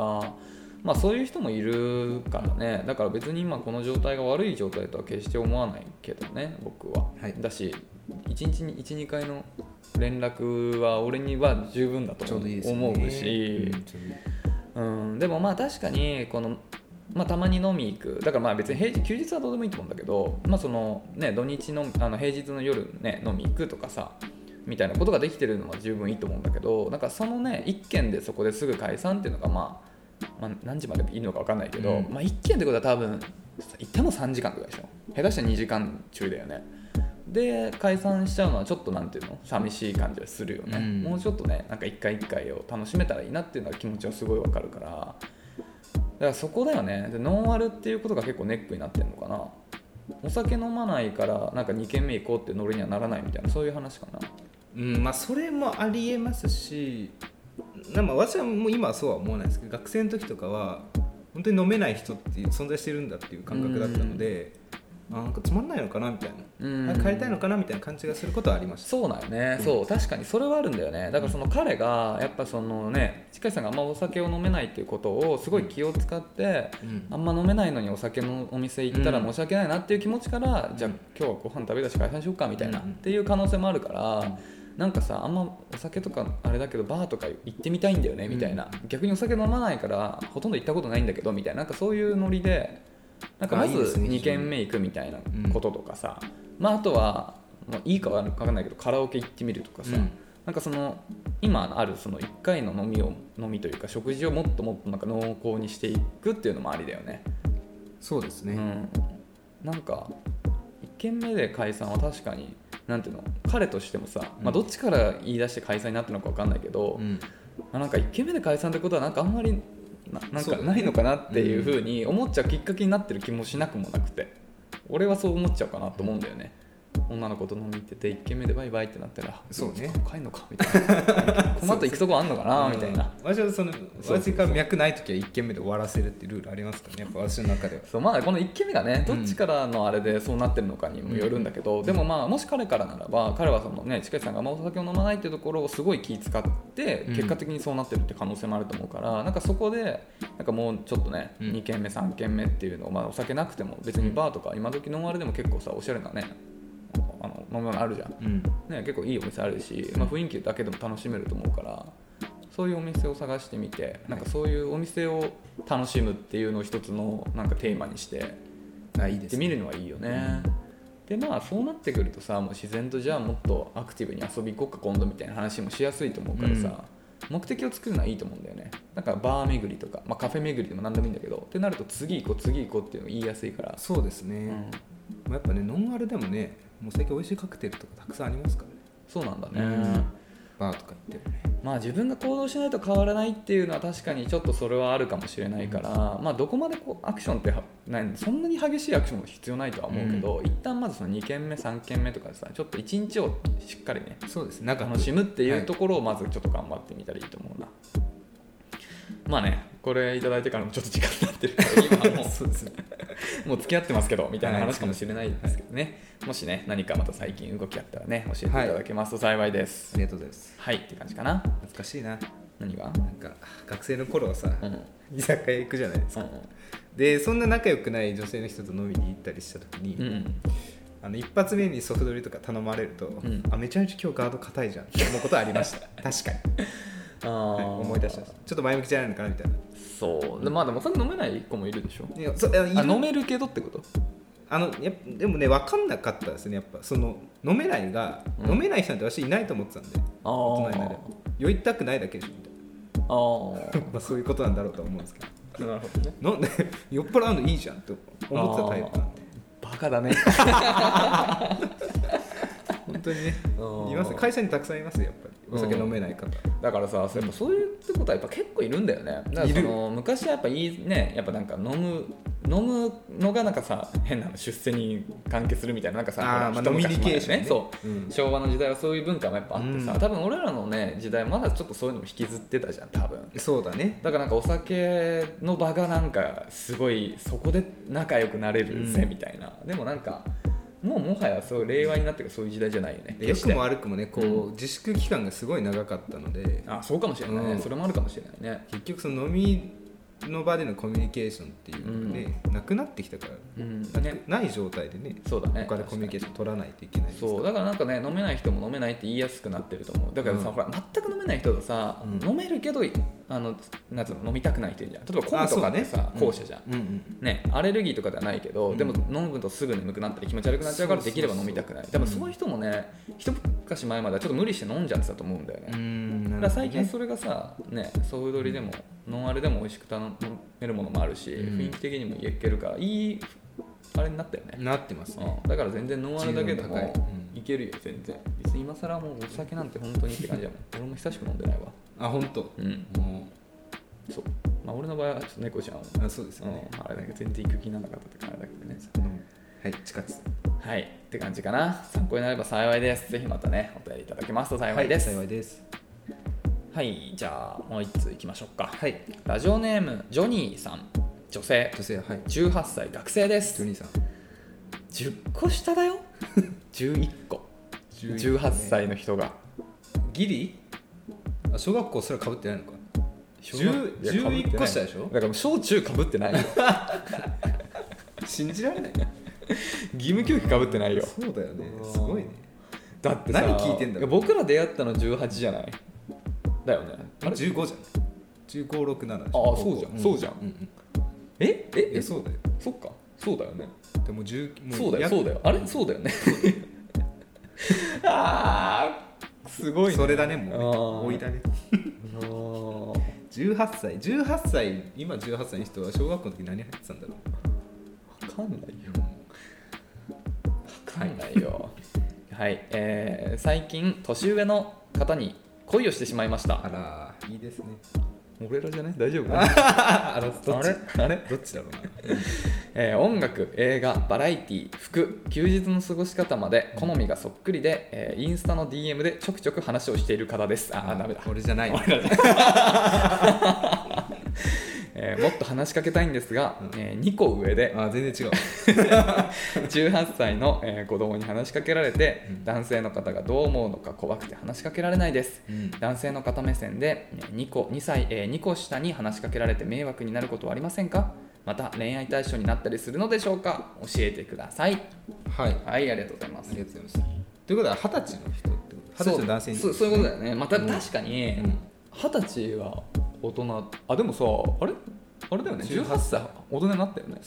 まあそういう人もいるからねだから別に今この状態が悪い状態とは決して思わないけどね僕は、
はい
だし1日に12回の連絡は俺には十分だと
ちょ
思
うど
う
いいですよね
し、
うんちょうどいい
うん、でもまあ確かにこの、まあ、たまに飲み行くだからまあ別に平日休日はどうでもいいと思うんだけど、まあそのね、土日のあの平日の夜、ね、飲み行くとかさみたいなことができてるのは十分いいと思うんだけどなんかそのね1軒でそこですぐ解散っていうのがまあ、まあ、何時までいいのか分かんないけど、
うん
まあ、1軒ってことは多分行っても3時間とかでしょ下手したら2時間中だよねで解散しちゃうのはちょっとなんていうの寂しい感じがするよね、
うん
もうちょっとねなんか一回一回を楽しめたらいいなっていうのは気持ちはすごいわかるからだからそこだよねでノンアルっていうことが結構ネックになってるのかなお酒飲まないからなんか2軒目行こうってノリにはならないみたいなそういう話かな
うんまあそれもありえますしなまあ私はもう今はそうは思わないですけど学生の時とかは本当に飲めない人っていう存在してるんだっていう感覚だったので、あなんかつまんないのかなみたいな、
うん
なんか帰りたいのかなみたいな感じがすることはありました。
そうなんよね、そう確かにそれはあるんだよねだからその彼がやっぱそのね近井さんがあんまお酒を飲めないっていうことをすごい気を使って、
うん
あんま飲めないのにお酒のお店行ったら申し訳ないなっていう気持ちから、
ん
じゃあ今日はご飯食べたし解散しようかみたいな、
うん
っていう可能性もあるから、
うん
なんかさあんまお酒とかあれだけどバーとか行ってみたいんだよねみたいな、逆にお酒飲まないからほとんど行ったことないんだけどみたいななんかそういうノリでなんかまず
あいいですね
2軒目行くみたいなこととかさ、まあ、あとは、まあ、いいかわかんないけどカラオケ行ってみるとかさ、
うん
なんかその今あるその1回の飲みを飲みというか食事をもっともっとなんか濃厚にしていくっていうのもありだよね。
そうですね、
うん、なんか1軒目で解散は確かになんていうの彼としてもさ、まあ、どっちから言い出して解散になったのか分かんないけど、
うん
あなんか1軒目で解散ってことはなんかあんまりななん
そう
か
だね
ないのかなっていうふうに思っちゃうきっかけになってる気もしなくもなくて俺はそう思っちゃうかなと思うんだよね女の子と飲み行ってて1軒目でバイバイってなったら
そうね
帰んのかみたいな この後行くとこあんのかなみたいな
うん私はその
そう
私が脈ない時は1軒目で終わらせるっていうルールありますからねやっぱ私の中では
そうまあこの1軒目がねどっちからのあれでそうなってるのかにもよるんだけど、でもまあもし彼からならば彼はそのね近井さんがあんまお酒を飲まないっていうところをすごい気使って
うん
結果的にそうなってるって可能性もあると思うから、なんかそこでなんかもうちょっとね、
うん
2軒目3軒目っていうのを、まあ、お酒なくても別にバーとか今時ノンアルでも結構さおしゃれなねあの飲み物あるじゃん、
うん
ね、結構いいお店あるし、まあ、雰囲気だけでも楽しめると思うからそういうお店を探してみてなんかそういうお店を楽しむっていうのを一つのなんかテーマにして
あいいで
行って
す
みるのはいいよね。でまあそうなってくるとさもう自然とじゃあもっとアクティブに遊び行こうか今度みたいな話もしやすいと思うからさ、目的を作るのはいいと思うんだよねなんかバー巡りとか、まあ、カフェ巡りでも何でもいいんだけどってなると次行こう次行こうっていうの言いやすいから、
そうですね、
うん
まあやっぱねノンアルでもねもう最近美味しいカクテルとかたくさんありますからね
そうなんだ
う
ね。
んバーとか行ってもね
まあ自分が行動しないと変わらないっていうのは確かにちょっとそれはあるかもしれないから、まあどこまでこうアクションってはないそんなに激しいアクションも必要ないとは思うけど、一旦まずその2軒目3軒目とかでさちょっと1日をしっかりね
そうですねなんか
楽しむっていうところをまずちょっと頑張ってみたらいいと思うな、まあねこれ頂いたいてからもちょっと時間になってるから今はも
そうですね
うもう付き合ってますけどみたいな話かもしれないですけどね、もしね何かまた最近動きあったらね教えていただけますと幸いです
ありがとうございます
はい、って感じかな
懐かしいな
何が
なんか学生の頃はさ、
うん
居酒屋行くじゃないです
う
か、
ん
でそんな仲良くない女性の人と飲みに行ったりした時に、
うん、
あの一発目にソフトドリとか頼まれると、
ん
あめちゃめちゃ今日ガード硬いじゃんって思うことはありま した確かに、
あ
はい思い出しましたちょっと前向きじゃないのかなみたいな
そうでまあでもお酒飲めない子もいるでしょ
いやそいやいる
あ飲めるけどってこと
あのやっぱでもね分かんなかったですねやっぱその飲めないが、
うん
飲めない人なんて私いないと思ってたんで
あー
大人になれば酔いたくないだけでしょみたい
あ
な、まあ、そういうことなんだろうとは思うんですけど
あなるほどね
飲んで 酔っ払うのいいじゃんって思ってたタイプなんで
バカだね
本当にね
うん
います会社にたくさんいますよやっぱりお酒飲めない方、
だからさそうやっぱそういうってことはやっぱ結構いるんだよねだから
い
そ
る
の昔はやっぱいいねやっぱなんか飲む飲むのがなんかさ変なの出世に関係するみたいななんかさ
あー
ほら
まあ
一昔前
飲みニケーションね
そう、
うん
昭和の時代はそういう文化もやっぱあってさ、
うん
多分俺らのね時代まだちょっとそういうのも引きずってたじゃん多分
そうだね
だからなんかお酒の場がなんかすごいそこで仲良くなれるぜ
うん
みたいな、でもなんかもうもはやそう令和になってからそういう時代じゃないよね
良くも悪くもねこう、
う
自粛期間がすごい長かったので
あそうかもしれないね、
うん
それもあるかもしれないね
結局その飲みの場でのコミュニケーションっていうのがね、なくなってきたから、
うん
なく
ね
ない状態でね
そうだね
他でコミュニケーション取らないといけないですから
そうだからなんかね飲めない人も飲めないって言いやすくなってると思うだからさ、
うん
ほら全く飲めない人とさ、
うん
飲めるけどあのなんつうの飲みたくない人いるじゃん例えばコ
あ
ブと
そう
か
だ
って
ね
さ、
うん
後者じゃん、
うんうん
ね、アレルギーとかではないけど、
うん
でも飲むとすぐ眠くなったり気持ち悪くなっちゃうから
そうそう
で
そう
きれば飲みたくない多分そういう人もね、一昔前まではちょっと無理して飲んじゃってたと思うんだよね、
うー
だ
んなるほどね
から最近それがさねソウドリでもノンアルでも美味しく頼飲めるものもあるし、
うん
雰囲気的にもいけるからいいあれになったよね、
なってますね、
うんだから全然ノンアルだけでも
自由の高いうん
いけるよ全然別に今更もうお酒なんて本当にって感じ だもん俺も久しく飲んでないわ
あ本当
うん
も
そうまあ俺の場合はちょっと猫ちゃんを
うあそうですよね、
うん、あれだけど全然行く気なんなかったって感じだけどね
うんはい近く
はいって感じかな参考になれば幸いですぜひまたねお便りいただけますと幸いです
幸
はい
いです
と、はいじゃあもう1通いきましょうか
はい
ラジオネームジョニーさん女性
女性はい
18歳学生です
ジョニーさん
10個下だ よ11個18歳の人が
ギリあ小学校それかぶってないのか10 11個下でしょ
だから小中かぶってない
信じられない
義務教育かぶってないよ
そうだよねすごいね
だってさ
何聞いてんだろう
僕ら出会ったの18じゃないだよね
あれ15じゃん1567でし
あ
ょ
あそうじゃん
高校
そうじゃん
うんうん
ええ
いやそうだよ
そっかそうだよね
でも10も
そうだよ
や
そうだよあれそうだよ ねああすごいね
それだねもうね
あー
老いだね
あー
18歳18歳今18歳の人は小学校の時何入ってたんだろ
わかんないよ
う
わかんないよはいえー最近年上の方に恋をしてしまいました
あらいいですね
俺らじゃない大丈夫かな
あらど
あ
っ
れ
ち
あれ
どっちだろうな
えー音楽映画バラエティ服休日の過ごし方まで好みがそっくりで、えーインスタの DM でちょくちょく話をしている方ですああダメだ、
俺じゃ ない
えーもっと話しかけたいんですが、
うん
え2個上で
あ全然違う
18歳の、えー子供に話しかけられて、
うん
男性の方がどう思うのか怖くて話しかけられないです
うん
男性の方目線でえー2個 ,2 歳、えー2個下に話しかけられて迷惑になることはありませんかまた恋愛対象になったりするのでしょうか教えてください
はい
はいありがとうございます
ありがとうございます。ということは二十歳の人ってこと二十歳の男性に
そうそうそういうことだよねまた確かに
うん
二十歳は大人あでもさあれあれだよね
18
18歳大人になったよね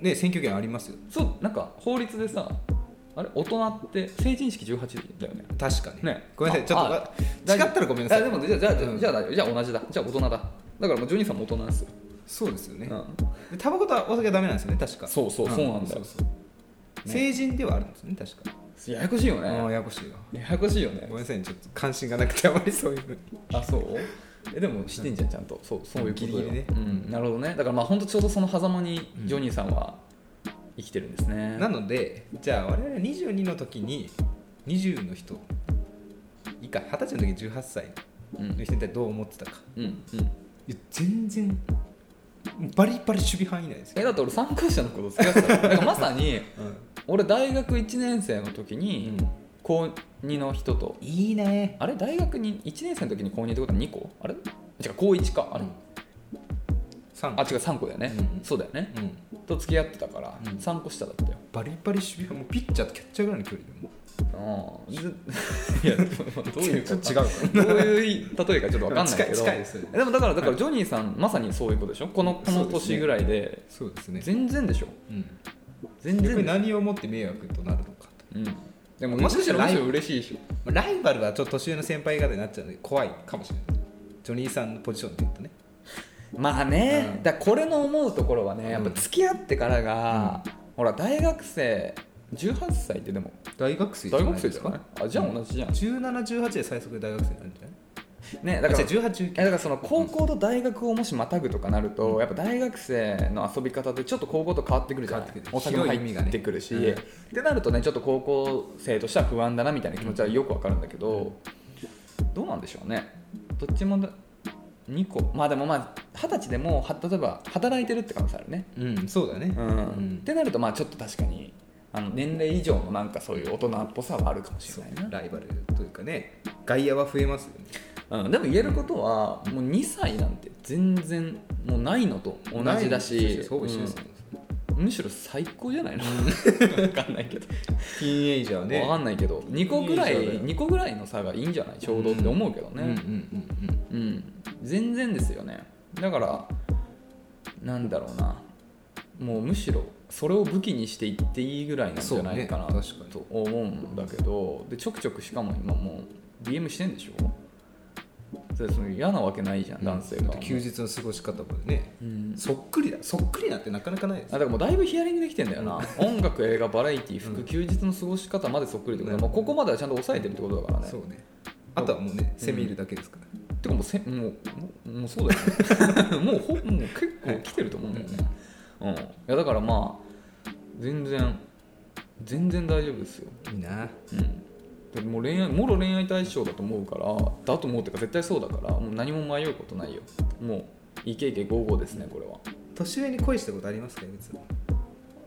ね選挙権ありますよ
そうなんか法律でさあれ大人って成人式18だよね
確かに
ね
ごめんなさいちょっと
あ
わ
あ
違ったらごめんなさ
あ
い
でもじゃあじゃあじゃ
う
あ
ん
じゃあ大丈夫じゃあ同じだじゃあ大人だだからもうジョニーさんも大人ですよ、
そうですよね
う
でタバコとお酒はダメなんですよね確か
そうそうそうなんだよ
そうそう成人ではあるんですね確か
ん、ややこしいよ
あー
ね
ややこしいわ
ややこしいよね
ごめんなさいねちょっと関心がなくてあまりそういうのに
あそう えでも知ってんじゃんちゃんとそうそういうこ
ギ
とよ
リギリね
うん、なるほどねだからまあ本当ちょうどその狭間にジョニーさんは生きてるんですね、
なのでじゃあ我々22の時に20の人以下二十歳の時に18歳
うん
の人に対してどう思ってたか
うんうん
いや全然バリバリ守備範囲内ですよ、
えだって俺参加者の こと付き合ってたなんかまさ
う
に
ん
俺大学1年生の時に
うん
高2の人と
いいね
あれ大学に1年生の時に高2ってことは2個あれ違う高1かあれ、
3
あ違う3個だよね、
うん
そうだよね、
うん
と付き合ってたから
うん
3個下だったよ
バリバリ守備範囲もうピッチャーとキャッチャーぐらいの距離でも
ああ いやどういう
ち
こ
ょっ
と
と違うか
どういう例えかちょっとわかんないけ
近い
ど
近いですよね
でもだからだからジョニーさん、まさにそういうことでしょこのこの
そうですね
年ぐらいで
そうですね
全然でしょ
うん、
全
逆
然
に
でしょ
何をもって迷惑となるのか
うんでもむ
もしかし
したろ
ら
むしろ嬉しいでしょ
とライバルはちょっと年上の先輩方になっちゃうので怖いかもしれないジョニーさんのポジションで言うとね
まあね、
うん
だからこれの思うところはねやっぱ付き合ってからが、ほら大学生18歳ってでも
大学生
大学生じゃないあじゃあ同じじゃん、
1718で最速で大学生になるんじゃない
ねだから
あ違う1819
えだからその高校と大学をもしまたぐとかなると、やっぱ大学生の遊び方ってちょっと高校と変わってくるじゃない
変わってくる
お酒も入
広い意味がね
ってくるし、
うん
ってなるとねちょっと高校生としては不安だなみたいな気持ちはよくわかるんだけど、どうなんでしょうねどっちも2個まあでもまあ二十歳でもは例えば働いてるって可能性あるね、
うんそうだね
うん
うん
ってなるとまあちょっと確かにあの年齢以上のなんかそういう大人っぽさはあるかもし
そう
れないな
ライバルというかね外野は増えますよね
うん、でも言えることはもう2歳なんて全然もうないのと同じだし
そうほぼ一緒ですよね
うんむしろ最高じゃないの 分かんないけど、
ティーンエイジャーね
分かんないけど2個ぐら
いいじゃない
い二個ぐらいの差がいいんじゃないちょうどって思うけど
うんうん
ね、
うんうん
うん全然ですよねだからなんだろうなもうむしろそれを武器にしていっていいぐらいなんじゃないかな
そうね確かに
と思うんだけどでちょくちょくしかも今もう DM してんでしょそれその嫌なわけないじゃん、男性
だっ
が
て休日の過ごし方もね、
うん
そっくりだそっくりだってなかなかないで
あ
す
だからもうだいぶヒアリングできてんだよな音楽映画バラエティ服休日の過ごし方までそっくりってこと
ね
はもうここまではちゃんと抑えてるってことだからね
そうねあとはもうね攻め入るだけですから、
てかもうせもうもうもうそうだよねもうほもう結構来てると思うんだよね、うん、いやだからまあ全然全然大丈夫ですよ、
いいな
うん、でもう恋愛もろ恋愛対象だと思うからだと思うっていうか絶対そうだからもう何も迷うことないよもうイケイケ55ですねこれは
年上に恋したことありますか別に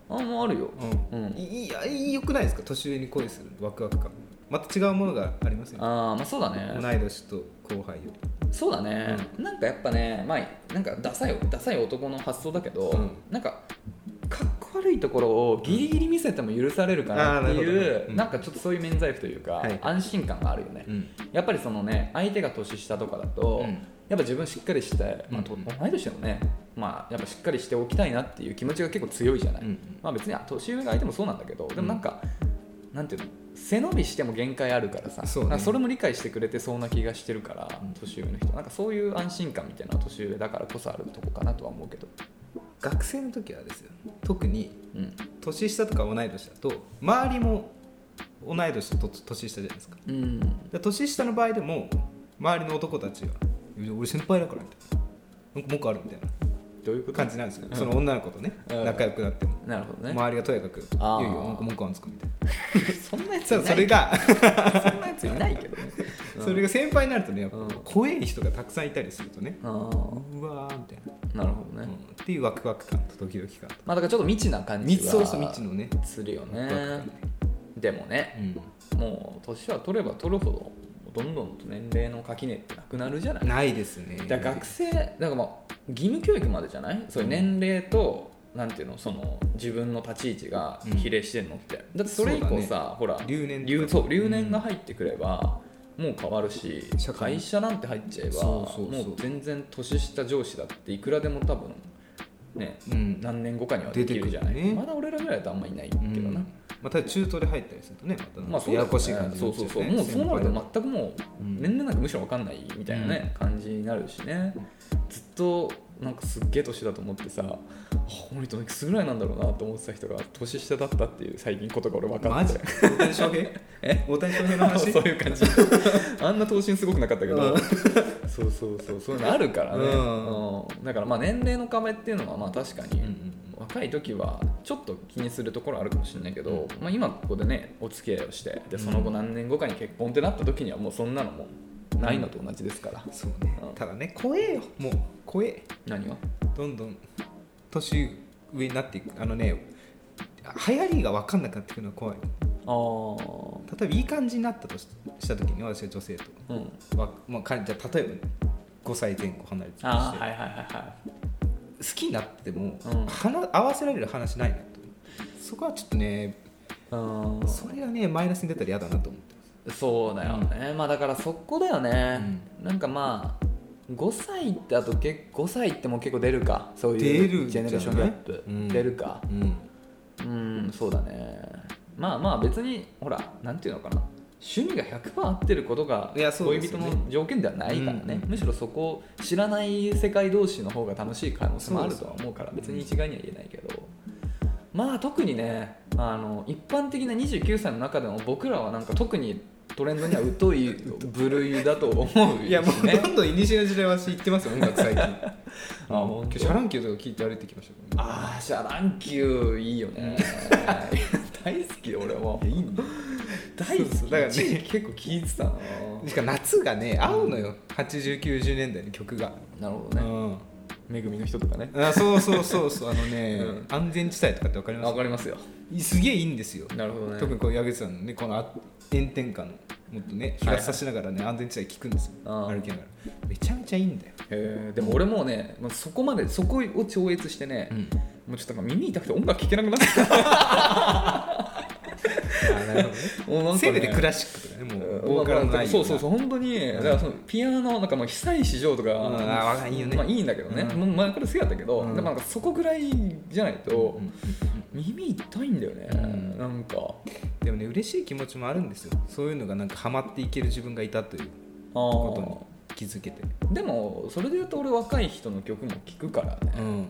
あもうあるよ
う、
うんん
いいやいいよくないですか年上に恋するワクワク感また違うものがありますよね
ああまあそうだ
同
ね
い年と後輩より
そうだね、なんかやっぱねまあなんかダサいダサい男の発想だけど、
うん
なんかかっこ悪いところをギリギリ見せても許されるかなって
うんあーなる
い
ほ
う、
どねうん
なんかちょっとそういう免罪符というか、
はい
安心感があるよね、
うん
やっぱりそのね相手が年下とかだと、
うん
やっぱ自分しっかりして、まあ、と
うん
同い年でもね、まあ、やっぱしっかりしておきたいなっていう気持ちが結構強いじゃない、
うん
まあ、別にあ年上が相手もそうなんだけどでもなんか、なんていうの背伸びしても限界あるからさ
そうね
なんかそれも理解してくれてそうな気がしてるから、
うん
年上の人なんかそういう安心感みたいなのは年上だからこそあるとこかなとは思うけど、
学生の時はですよ特に
うん
年下とか同い年だと周りも同い年と年下じゃないですか
うん、
で年下の場合でも周りの男たちが「いや俺先輩だから」みたいな「なんか文句ある」みたい
どういうこ
な
と
感じなんですよその女の子とね
うん
仲良くなっても
なるほどね、
周りがとやかく「い
あー
やいやなんか文句あるんですか」みたいな
そんなやつい
そ
な
う
い
それが
そんなやついないけ どね
それが先輩になるとねやっぱ
うん
怖い人がたくさんいたりするとね
あー
うわーみたいな、
なるほどね、
うんっていうワクワク感とドキドキ感と
まあだからちょっと未知な感じ
密
は
そうそう未知のね
するよ
ワクワ
ね
ク
でもね、
感ね、
もう年は取れば取るほどどんどんと年齢の垣根ってなくなるじゃない、
うんないですね
だから学生だからまあ義務教育までじゃないそういう年齢と、なんていうのその自分の立ち位置が比例してんのって、だってそれ以降
そうだ
さ、ほら
留年とか
留そう留年が入ってくれば、もう変わるし
社会
会社なんて入っちゃえば
そうそうそう
もう全然年下上司だっていくらでも多分ね
うん
何年後かにはできるじゃない、
出てくるね
まだ俺らぐらいだとあんまりいないけ
うん
どな、
まあ、ただ中東で入ったりするとねまたなんか
まあそうだ
や
よ
やこしい感
ね
じ
そ
になっ
う
ち
そ
ゃ
うそうもうそうなると全くもう
うん
年齢なんかむしろ分かんないみたいなね、感じになるしねずっとなんかすっげえ年だと思ってさあこの人いくつぐらいなんだろうなと思ってた人が年下だったっていう最近ことが俺分か
マ
っ
ジ
て
大谷翔平
え
大谷翔平の話
そういう 感じあんな頭身すごくなかったけど、
うん
そうそうそうそういうのあるからね、
うん
うんだからまあ年齢の壁っていうのはまあ確かに、
うんうん
若い時はちょっと気にするところあるかもしれないけど、まあ、今ここでねお付き合いをしてでその後何年後かに結婚ってなった時にはもうそんなのもうないのと同じですから、
うんそうね
うん
ただね怖えよもう怖え
何が
どんどん年上になっていくあのね流行りが分かんなくなってくるのは怖い
あ
例えばいい感じになったとしした時に私が女性と、
あうん
わまあ、かじゃあ例えば、ね、5歳前後離れてたと
あ
し
あ
て
はいはいはい
好きになっても、
うん
話合わせられる話ないなとそこはちょっとね
はいうん
それがねマイナスに出たら嫌だなと思って
そうだよね、まあだからそこだよね、なんかまあ5歳だと結5歳ってもう結構出るかそう
出
い
る
うんジ
じ
ェ
ゃな
ネ
い
レーションギャップ、
うん
出るか
ます、うん、
うんそうだねまあまあ別にほらなんていうのかな趣味が100%合ってることが
いやそう
恋
です
人
よね
の条件ではないからね
うんうん
むしろそこを知らない世界同士の方が楽しい可能性もあるとは
そう
思うから
そう
別に一概には言えないけど、まあ特にねあの一般的な29歳の中でも僕らはなんか特にトレンドには疎い部類だと思う
いやもう
ね
どんどんいにしえの時代は知ってますよ音楽 最近あ
ほん
今日
と
シャランキューとか聞いて歩いてきましたからね
ああシャランキューいいよね 大好き俺も
いやいいんだ
大好き
そうそうだからね
一時期結構聴いてたな
しかも夏がね合うのよ8090年代の曲が、
なるほどね恵みの人とかね
うんあそうそうそうそうあのね、
うん
安全地帯とかって分かりま
わ
す
かりますよ
すげえいいんですよ
なるほどね
特にこう矢口さんのねこのあ炎天下のもっとね日
はいはい
傘差しながらね、安全地帯聞くんですよ
あー
歩きながらめちゃめちゃいいんだよ、
えーでも俺もうねもうそこまでそこを超越してね、もうちょっとなんか耳痛くて音楽聴けなくなってきた
あなるほどね
もうな んかね
せめてクラシックとかねもう
うん
ボーカルのないよ
そう
な
うそうそう本当に、だからそのピアノなんかもう久石譲とか、
んあー若いよね
まあいいんだけどね、
うん
もう前から好きだったけど、
うん
でもなんかそこぐらいじゃない
う
と、
ん
耳痛いんだよね、
うん
なんか
でもね嬉しい気持ちもあるんですよそういうのがなんかハマっていける自分がいたという
あ
こ
ー
とに気づけて、
でもそれで言うと俺若い人の曲も聴くからね、
うん、
うん、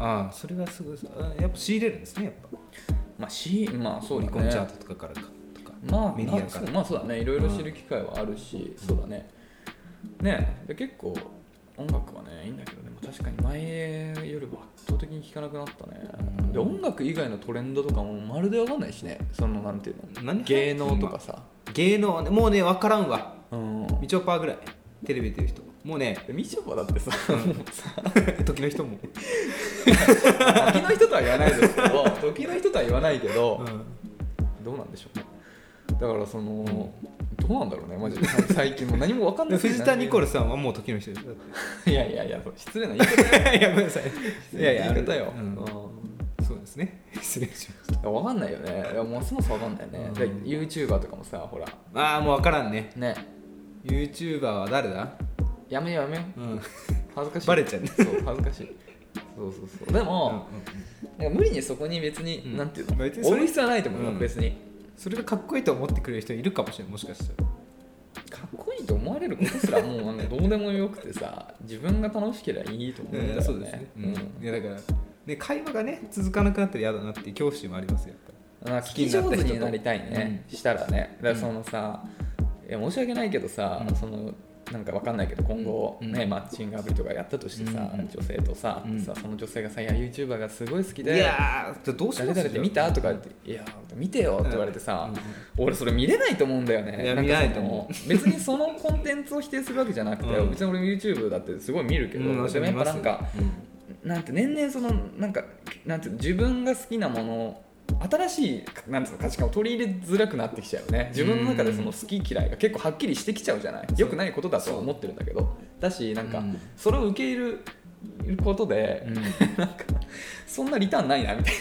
ああそれがすごいあやっぱ仕入れるんですねやっぱ
まあ、しまあそうだね
オリコンチャートとかからかとか
まあ
メディアから
まあそうまあそうだねいろいろ知る機会はあるし、そうだねねで結構音楽はねいいんだけどでも確かに前よりも圧倒的に聴かなくなったね、で音楽以外のトレンドとかもまるで分かんないしねそのなんていうの
何
芸能とかさ、
芸能はねもうね分からんわ
うん、
みちょぱぐらいテレビ出てる人もうね
みちょぱだってさもうさ
時の人も、
時の人とは言わないですけど時の人とは言わないけど、どうなんでしょうねだからそのどうなんだろうねマジで最近もう何も分かんな
で
い
藤田ニコ
ル
ルさんはもう時の人です よ
いやいやいや失礼な言い方
いやごめんなさいいやいや
言い方よ、
う
うん
んそうですね失礼しまし
分かんないよねいやもうそもそも分かんないよ
う
ね、
ん
だから YouTuber とかもさほら
たああもう分からんね
ね
YouTuber は誰だ、
やめようやめよう
うん、
恥ずかしい
バレちゃうね
そう恥ずか しいそうそうそうでも、なんか無理にそこに別に、
うん
なんていうの
別にそれ
追う必要はないと思うよ、
うん
別に
それがかっこいいと思ってくれる人いるかもしれないもしかしたら
かっこいいと思われることすらもうなんかどうでもよくてさ自分が楽しければいいと思うんだよ
い
ね
やそうですね、うんいやだからね会話がね続かなくなったら嫌だなっていう恐怖心もありますよやっぱり
うん、聞き上手になりたいね、したらねだからそのさ、いや申し訳ないけどさ、
うん
そのなんかわかんないけど今後、
うん
ねマッチングアプリとかやったとしてさ、
うん
女性とさ,、
うん
さその女性がさいや YouTuber がすごい好き
い
で
やーじゃあどうします
誰々って見たとか言って「いや見てよ」って言われてさ、俺それ見れないと思うんだよね
いや
んかその
見れないと思
別にそのコンテンツを否定するわけじゃなくて、
うん
別に俺 YouTube だってすごい見るけど、
うん
でもやっぱなんか、
うん
なんて年々そのなんかなんていうの自分が好きなもの新しいなんていうの価値観を取り入れづらくなってきちゃうよね自分の中でその好き嫌いが結構はっきりしてきちゃうじゃないよくないことだとは思ってるんだけどだしなんか
うん
それを受け入れることで、
うん
なんかそんなリターンないなみたい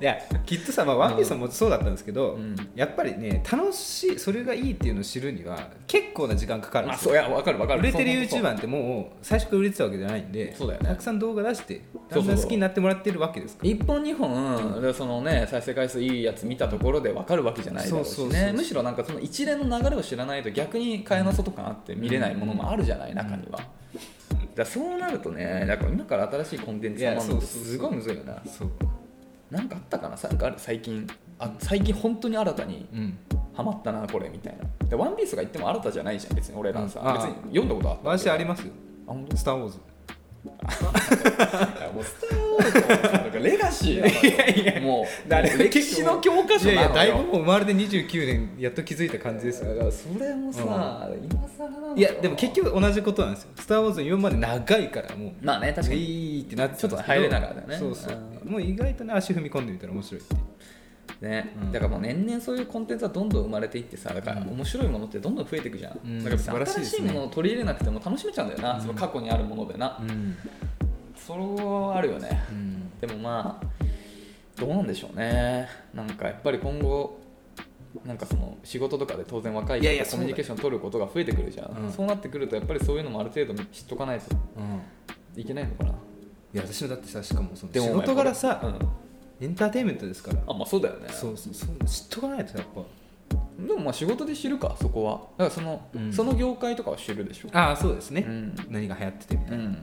いやきっとさ、まあ、ワンピースもそうだったんですけど、
うん
やっぱりね楽しいそれがいいっていうのを知るには結構な時間かかるん
なま
で
あ
す
そ
よ、
うやわかるわかる
売れてる
そうそう
YouTuber ってもう最初から売れてたわけじゃないんで
そうだよね
たくさん動画出して
そ
だ
うそうんそ
だ
うん
好きになってもらってるわけですから
一本二本、でそのね再生回数いいやつ見たところで分かるわけじゃないだろうし
そうそうそうそ
ね
う
むしろなんかその一連の流れを知らないと逆に蚊帳の外感あって見れないものもあるじゃない中には。だからそうなるとねだから今から新しいコンテンツを学ぶのってすごいむずいよな
そう、
なんかあったかななんかある最近あ最近本当に新たに
うん、
ハマったなこれみたいなでワンピースとか言っても新たじゃないじゃん別に俺らさ、
うんあ
別
あ
に読んだことあった
私あり
ま
ますよ
あ本
「スター・ウォーズ
当もうスター・ウォーズなんかレガシ ーだいやいやもう
誰
もう歴史の教科」書
いや
ないの
や
よ
だいぶもう生まれて29年やっと気づいた感じですよ
だからそれもさ、今更なのよ
いやでも結局同じことなんですよ「スター・ウォーズ」今まで長いからもう
まあね確かに
いいってなっちゃうんですけど
ちょっと入れながらだよね
そうそうもう意外とね足踏み込んでみたら面白いっていう
ね、
うん
だからもう年々そういうコンテンツはどんどん生まれていってさだから
うん
面白いものってどんどん増えていくじゃん、
うん
だからさ
素晴らしいで
新
す
し
ね
いものを取り入れなくても楽しめちゃうんだよな、
うん
その過去にあるものでな、
うん
それはあるよね
うん
でもまあどうなんでしょうねなんかやっぱり今後なんかその仕事とかで当然若い
いやいや
人とコミュニケーション取ることが増えてくるじゃんそう
うん
なってくるとやっぱりそういうのもある程度知っとかないといけないのかない
や私もだってさしかもその
で
仕
も
事柄
う
さ
ん
エンターテインメントですから
あまあそうだよね
そうそうそう知っとかないとやっ
でもまあ仕事で知るかそこはだからその、
うん
その業界とかは知るでしょ
ぱああそうです
う
ね
ん、
何が流行っててみ
う
たいなんうん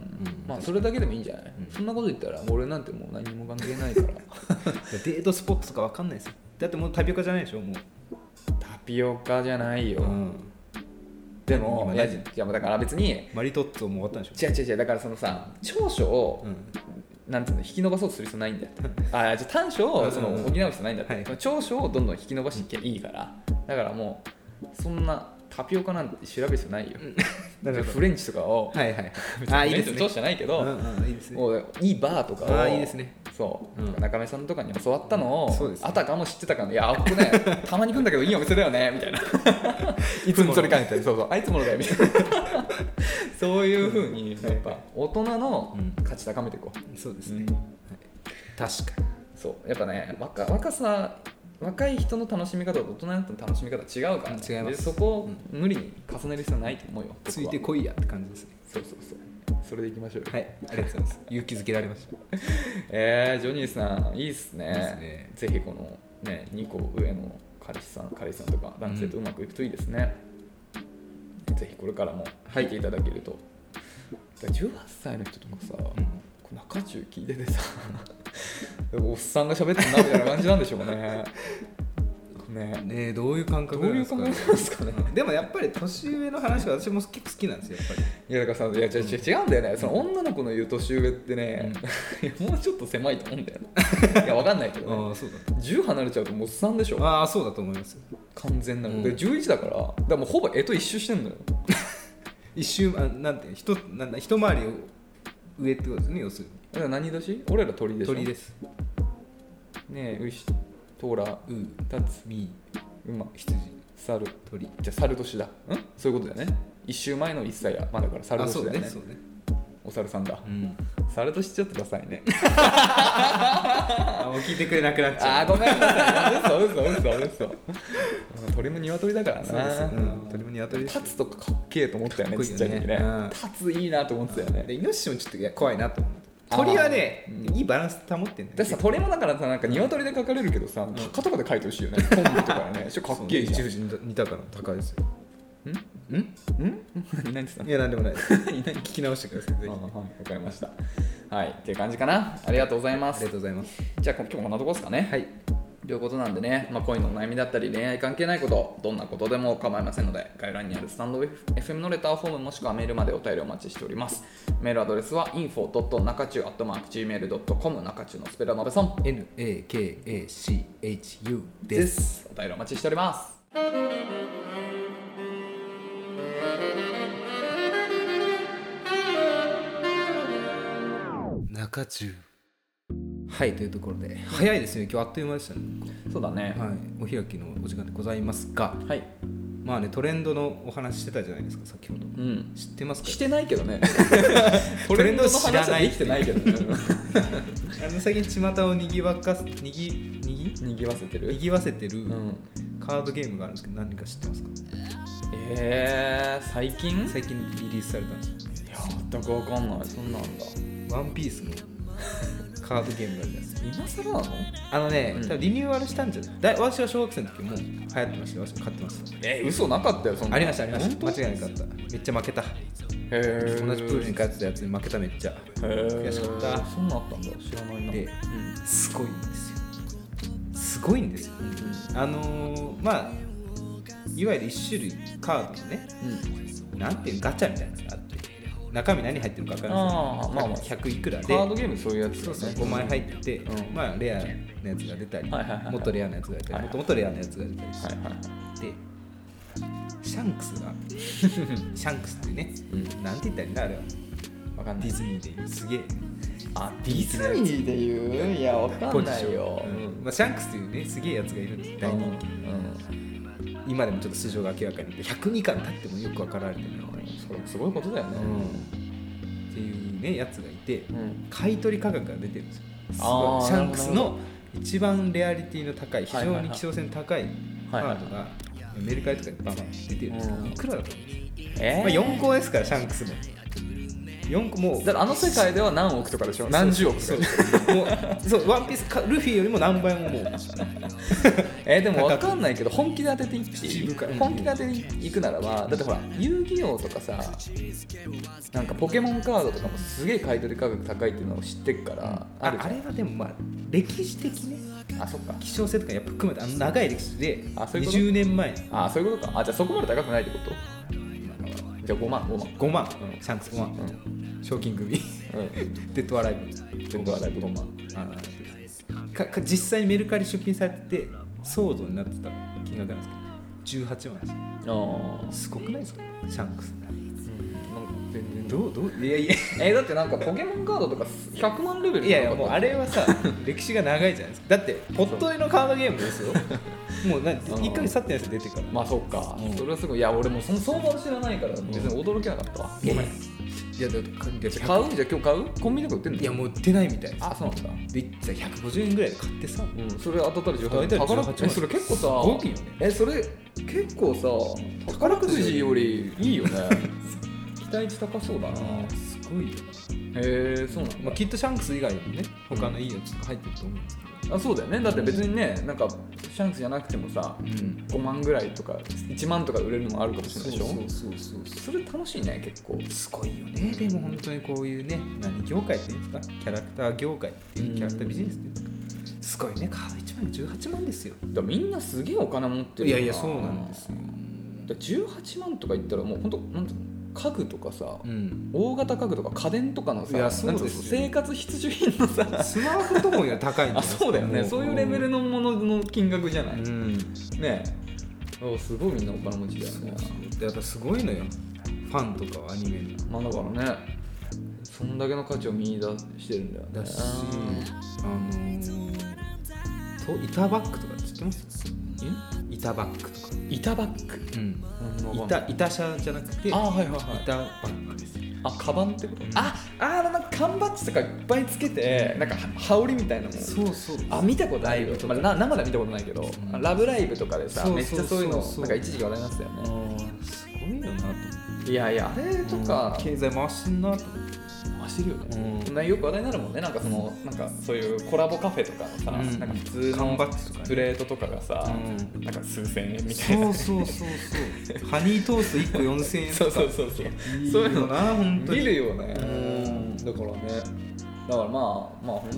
まあそれだけでもいいんじゃない、
うん
そんなこと言ったら俺なんてもう何も関係ないから
デートスポットとかわかんないですよだってもうタピオカじゃないでしょもう
タピオカじゃないよ、
うん
でも
今
いや
何
いやだから別に
マリトッツォも終わったんでし
違う違う違うだからそのさ長所
ょ
を、
うん
なんていうの引き伸ばそうとする必要ないんだよあじゃあ短所
うんうんう
を
ん
その補う必要ないんだって、
はい
その長所をどんどん引き伸ばしていけばいいからだからもうそんなタピオカなんて調べる必要ないよ
なるほど
フレンチとかを、
はいはい
別 に
ああいいです
フレンチの
ね
長所じゃないけど、
うんうんいいですね
もういいバーとかを
あーいいですね
そう、
うん
中目さんとかに教わったのを、
うんそうですね
あたかも知ってたから、いやあここね たまに行くんだけどいいお店だよねみたいないつもそれ書いてそうそうあいつものだよみたいな そういうふうにやっぱ大人の価値高めていこう、
そうですね
うん
はい確かに
そうやっぱね若若さ若い人の楽しみ方と大人の人の楽しみ方違うから、ね、
違います
でそこを無理に重ねる必要ないと思うよ
ついて
こ
こいやって感じですね
そうそうそうそれでいきましょうよ
はいありがとうございます 勇気づけられました
えー、ジョニーさんいいっすね
いいっすね
ぜひこのね2個上の彼氏さん彼氏さんとか男性とうまくいくといいですね、ぜひこれからも聞いていただけると、だから18歳の人とかさ、こう中中聞いててさおっさんが喋ってんなみたいな感じなんでしょうねね
ねえどういう感
ど
覚
う
なんで
いう
すか
感
ね
覚なんですかね
でもやっぱり年上の話は私も結構好きなんですよやっぱり
いやだからさいや違う違う違うんだよねその女の子の言う年上ってね、いやもうちょっと狭いと思うんだよないやわかんないけど、
あ
ね、
あそうだ
10離れちゃうともうおっさんでしょ
ああそうだと思いますよ
完全なの、
うん
で11だからだからもうほぼ絵と一周してんのよ
一周あなんて一なんだ一回り上ってことですね要する
だから何年俺ら鳥で
に
しょ
鳥です
ねえ牛トラ
う
タツ
み
馬
羊
猿
鳥
じゃあ猿年だんそういうことだよね一周前の一歳やまあだから猿
あそう
年だよね
そうね
お猿さんだ、
うん
猿年ちょっとダサいね
あもう聞いてくれなくなっち
あ
ゃ
あ
う
ごめんなさい嘘嘘嘘嘘うん鳥も鶏だから
そうです
な
ようん鳥も鶏です
立つとかかっけえと思ったよね
かっこいい
ちっ
よね
ちゃい時ね
うん
立ついいなと思ってたよね
でイノシシもちょっといや怖いなと思う
あー
鳥はね
うん
いいバランス保ってんだよ
だってさ鳥もだからさなんか鶏で描かれるけどさ鷹とかで描いてほしいよね昆布とかねちょっとかっけえじゃ
一
ん
富士に似たから高いですよんん
ん何言ってたの
いやなんで もないです聞き直してくださいぜひ
あ
あ
はい、わかりました。はい、っていう感じかな。ありがとうございま
りが
す
と。うございます
じゃあ、今日もこんなとこですかね。はい。ということなんでね、まあ、恋のお悩みだったり、恋愛関係ないこと、どんなことでも構いませんので、概要欄にあるスタンド F- FM のレターフォームもしくはメールまでお便りお待ちしております。メールアドレスは info.nakachu.gmail.com、中中のスペラノベソン
NAKACHU
で
です
す。お便りお待ちしております。
中中はいというところで早いですね今日あっという間でしたね
そうだね。
はいお開きのお時間でございますが
はい。
まあねトレンドのお話してたじゃないですか先ほど
うん。
知ってますか
してないけどね。
トレンドの
ト
話
レンドの話は
は
で
で
き
き
て
て
な
ないい
けどね。
あの最近巷をにぎわかすにぎにぎ
にぎわせてる
にぎわせてる
うん。
カードゲームがあるんですけど何か知ってますか
えー、最近
最近リリースされたんですよ
いや全くわかんないそんなんだ
ワンピースのカードゲームがあるんですよ
今更なの
あのね、
うん
多分リニューアルしたんじゃないだい私は小学生の時も流行ってましたよ私も買ってました
え嘘なかったよそんな
ありましたありました
本当
間違いなかっためっちゃ負けた
へー
同じプールに帰ってたやつに負けためっちゃ
へー
悔しかった
そんなんあったんだ知らないな
で
うん
すごいんですよすごいんですよあのー、まあいわゆる1種類カードのね
うん
なんていうのガチャみたいなのがあって中身何入ってるか分から
あ
ない
ーまあまあ
ですよ100いくらで
カードゲームそういうやつ
そう
だ
そう
ね
5枚入ってて、
うん
まあレアなやつが出たり、
はいはいはいはい
もっとレアなやつが出たり、
はいはい
もっともっとレアなやつが出たりして、
はいはい
でシャンクスが シャンクスっていうね、
うん
なんて言ったらいいんだあれは
わかんな
デ
い
ィズニーでいうすげえ
あディズニーで言ういやわかんないよ
うんまあ、シャンクスっていうねすげえやつがいるんです大人気、
うん
今でもちょっと素性が明らかになって102巻経ってもよく分かられてるの、
それすごいことだよね
っていうねやつがいて、
うん
買い取り価格が出てるんですよす
あ
ご
ー
いシャンクス
なるほ
の一番レアリティの高い非
はい
常
はいは
に
い
希少性の高いカ
はいはいはい
ードがメルカリとかでバンバン出てるんですよ
うん
いくらだと思う
え
まあ4個ですからシャンクスも4個もう
だからあの世界では何億とかでしょ何十億と
そ
か
う
でしょ
もうそうワンピースかルフィよりも何倍ももう
えーでも分かんないけど本気で当てていっていい
七分か
本気で当てていくならばだってほら遊戯王とかさなんかポケモンカードとかもすげえ買い取り価格高いっていうのを知ってっからあ
あ
るじ
あれはでもまあ歴史的ね
ゃんあそっか
希少性とかやっぱ含めてあの長い歴史で
あそういうこと
20年前
あそういうことかあじゃあそこまで高くないってことじゃあ5万5万
5万、
うん
シャンクス5万、賞金組
うん
デッドアライブ
全部はだいぶ5万
あのかか実際にメルカリ出品されてて騒動になってた金額なんですけど18万ですよ
あ
すごくないですかシャンクス
全然
どうどういや いや
えーだってなんかポケモンカードとか100万レベル
い
じゃ
や
ない
や
かった
もうあれは さ歴史が長いじゃないですかだってポットでのカードゲームです よもうなん
うん
1ヶ月経ってないですよ出てから
まあそっか、
うん
それはすごいいや俺もうその相場を知らないから別に驚けなかったわ、ごめん
いやだって
じゃあ買うじゃあ今日買うコンビニとか売ってんの
いやもう売ってないみたいです
あそうなんだ
でさ150円ぐらいで買ってさ
うんそれ当たったら
当た
18
ったら18
宝くじえそれ結構さ
すごいよね
えそれ結構さ宝くじよりいい よね期待値高そうだなへ
すごいよ、
えそうなんだ、
まあ、きっとシャンクス以外にもね他のいいやつが入ってると思うんです
あ、そうだよねだって別にねなんかシャンクスじゃなくてもさ
けどうん
5万ぐらいとか1万とか売れるのもあるかもし
そ
れないうでし
そ
ょ
うそうそうそ
それ楽しいね結構
うすごいよねでも本当にこういうね何業界っていうんですかキャラクター業界っていうキャラクタービジネスっていうんですかすごいねカード1枚で18万ですよ
だからみんなすげえお金持ってる
い
よ
やいやそうなんですよ
だから18万とか言ったらもう本当なんていうの家具とかさ、
うん
大型家具とか家電とかのさ
いやそうですよ
なんていの生活必需品のさ
スマートフォンより高いんじゃない
あ
ですか
そうだよね
も
そういうレベルのものの金額じゃない、
うん
ねえすごいみんなお金持ちだよね
やっぱすごいのよファンとかはアニメに
まあだからねそんだけの価値を見出してるんだよね
だしあのー、と板バッグとかって知ってます板バッグとか、
ん板バッグ
うん、
板
板板車じゃなくて
あ
板
はいはいはい
バッグですね
あカバンってこと、
うん
ああのなんか缶バッジとかいっぱいつけてなんかは羽織みたいなもん
そうそう
あ見たことあるよ、まあ、な生では見たことないけど、
うん
ラブライブとかでさ
そう
めっ
そ
ち
う
ゃそういうの
そうそう
なんか一時期話題になってたよ
あ
ね
ーすごいよなと思って
いやいやあれとか
経済回してんなと
走るよね、
うん
なよく話題になるもんねなんかそのなんかそういうコラボカフェとかのさ、
うん
なんか普通
缶
の
バッグとかね
プレートとかがさ、
う
なんか数千円みたい
そ
な
うそうそうそうハニートースト1個4000円
そう
と
そう
か
そうそう
いい
そう
よ
いうの
な本当に
見るよね
うん
だからねだからまあまあ本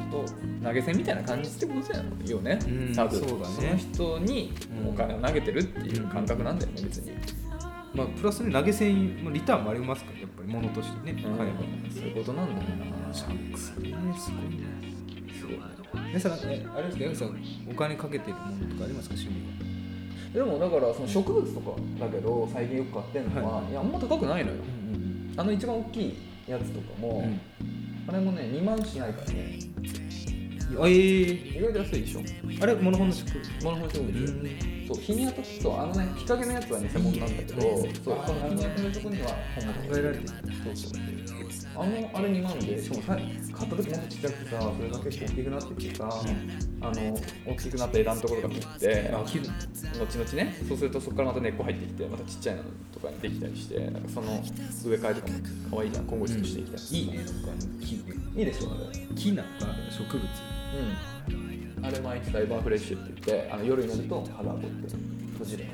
当投げ銭みたいな感じってことだよね、
うん
多分
そうだね
その人に
うん
お金を投げてるっていう感覚なんだよね別に、
まあプラスね投げ銭のリターンもありますからやっぱり物としてね、
うん
はい
そういうことなんだよな
シャンクスねすごいねすごい皆さんえあれですか矢口さんお金かけてるものとかありますか趣味
でもだからその植物とかだけど最近よく買ってんのは、、
はい
やあんま高くないのよ
うん
あの一番大きいやつとかも、
うん
あれもね2万しないからね
あえー、
意外と安いでしょ
あれモノホンの食
モノホン植物そう日に当たるとあのね日陰のやつはね専門なんだけどそうこの日に当たるとこには本物
考えられてる
そうそうあのあれ2万でしかもさ買った時もっとちっちゃくてさそれが結構大きくなってきてさ、あの大きくなった枝のところが切って
あ切る
後々ねそうするとそこからまた根っこ入ってきてまたちっちゃいのとかにできたりしてなんかその植え替えとかも可愛いじゃん今後ちょっとしていきたい、
いいねなんかあの木
いいでしょあれ
木なんか植物
うんあれ毎日ダイバーフレッシュって言ってあの夜になると肌をこうやって閉じる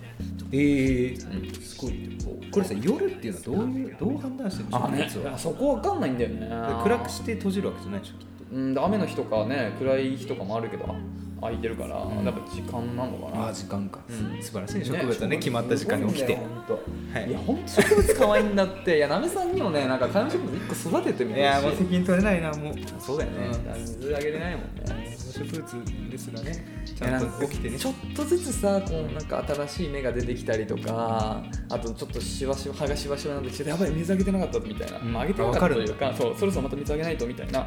ええ
うん
すごいこれさ夜っていうのはどういうどう判断してるの
あ、
植
ね
物、は
そこわかんないんだよね
暗くして閉じるわけじゃないでしょきっと
うんで雨の日とかね暗い日とかもあるけどあ開いてるから、
うん
やっぱ時間なのかな
あ時間か、
うん
素晴らしいね植物はね決まった時間に起きて
すごいんだよほんと
はい
いや本当植物可愛いんだっていやなべさんにもねなんか観葉植物一個育ててみてほしい
任取れないなもう
そうだよね、
うん
だから水あげれないもんね
植物ですらねち
いや
ゃ
なんん
と
か
起きてね
ちょっとずつさこうなんか新しい芽が出てきたりとかあとちょっとしわしわ葉がしわしわになってきてやばい水あげてなかったみたいな、
うん
あげてな
わ
かっ
か
た
る
というかそうそろそろまた水あげないとみたいな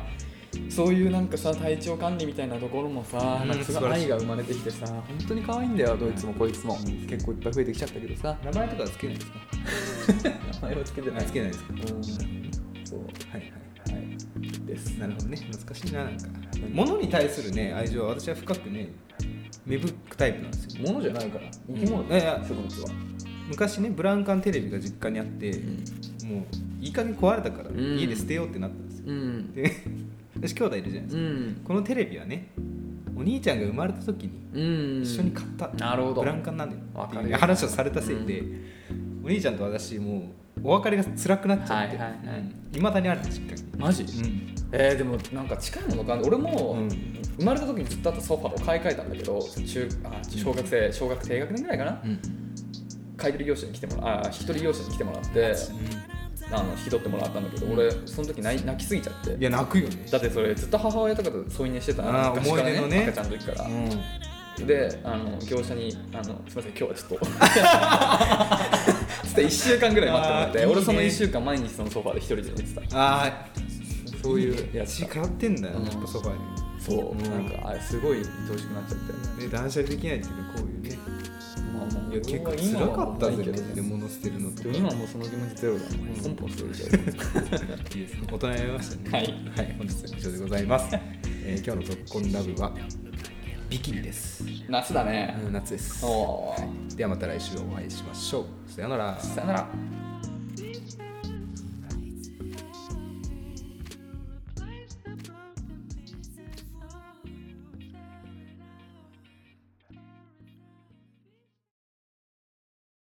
そういうなんかさ体調管理みたいなところもさ、
うん
なんかすご
素晴
い
らしい
愛が生まれてきてさ本当に可愛いんだよどいつもこいつも、
うん
結構いっぱい増えてきちゃったけど さ
名前とかはつけないですか
名前をつけて
あつけないですか
うんそう
はいはい
はいです
なるほどね難しいななんか物に対するね愛情は私は深くね芽吹くタイプなんですよ
物じゃないから生き物だよ、
うん
植物は、
昔ねブラウン管テレビが実家にあって、もういい加減壊れたから、
ん
家で捨てようってなったんですよ
うん
で 私兄弟いるじゃないです
う
か、
ん
このテレビはねお兄ちゃんが生まれた時に
うん
一緒に買った、
なるほど
ブランカンなんだよ
わ
って
か
い
る
う話をされたせいで、お兄ちゃんと私もうお別れが辛くなっちゃって、
はいはいはい
うん未だにある実家に、
マジ、えー、でもなんか近いものかな俺も
うん
生まれた時にずっとあったソファーを買い替えたんだけど中あ小学生小学低学年ぐらいかな買い取り業者に来てもらあ引き取り業者に来てもらってあの引き取ってもらったんだけど俺その時泣い泣きすぎちゃって
いや泣くよね
だってそれずっと母親とかと添い寝してた
あー
昔から
思い出のね
赤ちゃんの時から、
うん
であの業者にあの「すみません今日は ちょっと」つって1週間ぐらい待ってもらって
あーいいね
俺その1週間毎日そのソファーで一人で寝てた
ああ
そういうや
や
つ
血通ってんだよ、
うん
やっぱそばに
そう、
うん
なんかあれすごい愛おしくなっちゃって
ね断捨離できないっていうのはこういうね
まあまあ
いや結構辛かったぜ
け
ね
ど
で物捨てるのと
で
か
も今はもうその気持ちゼロだね
うん
ポンポンするじゃ
いいですね大人になりましたね
はい
はい、本日は以上でございます、えー今日の「ぞっこんラブ」はビキニです、
ん夏だね
うん、夏です
おお
ではまた来週お会いしましょうさよなら
さよなら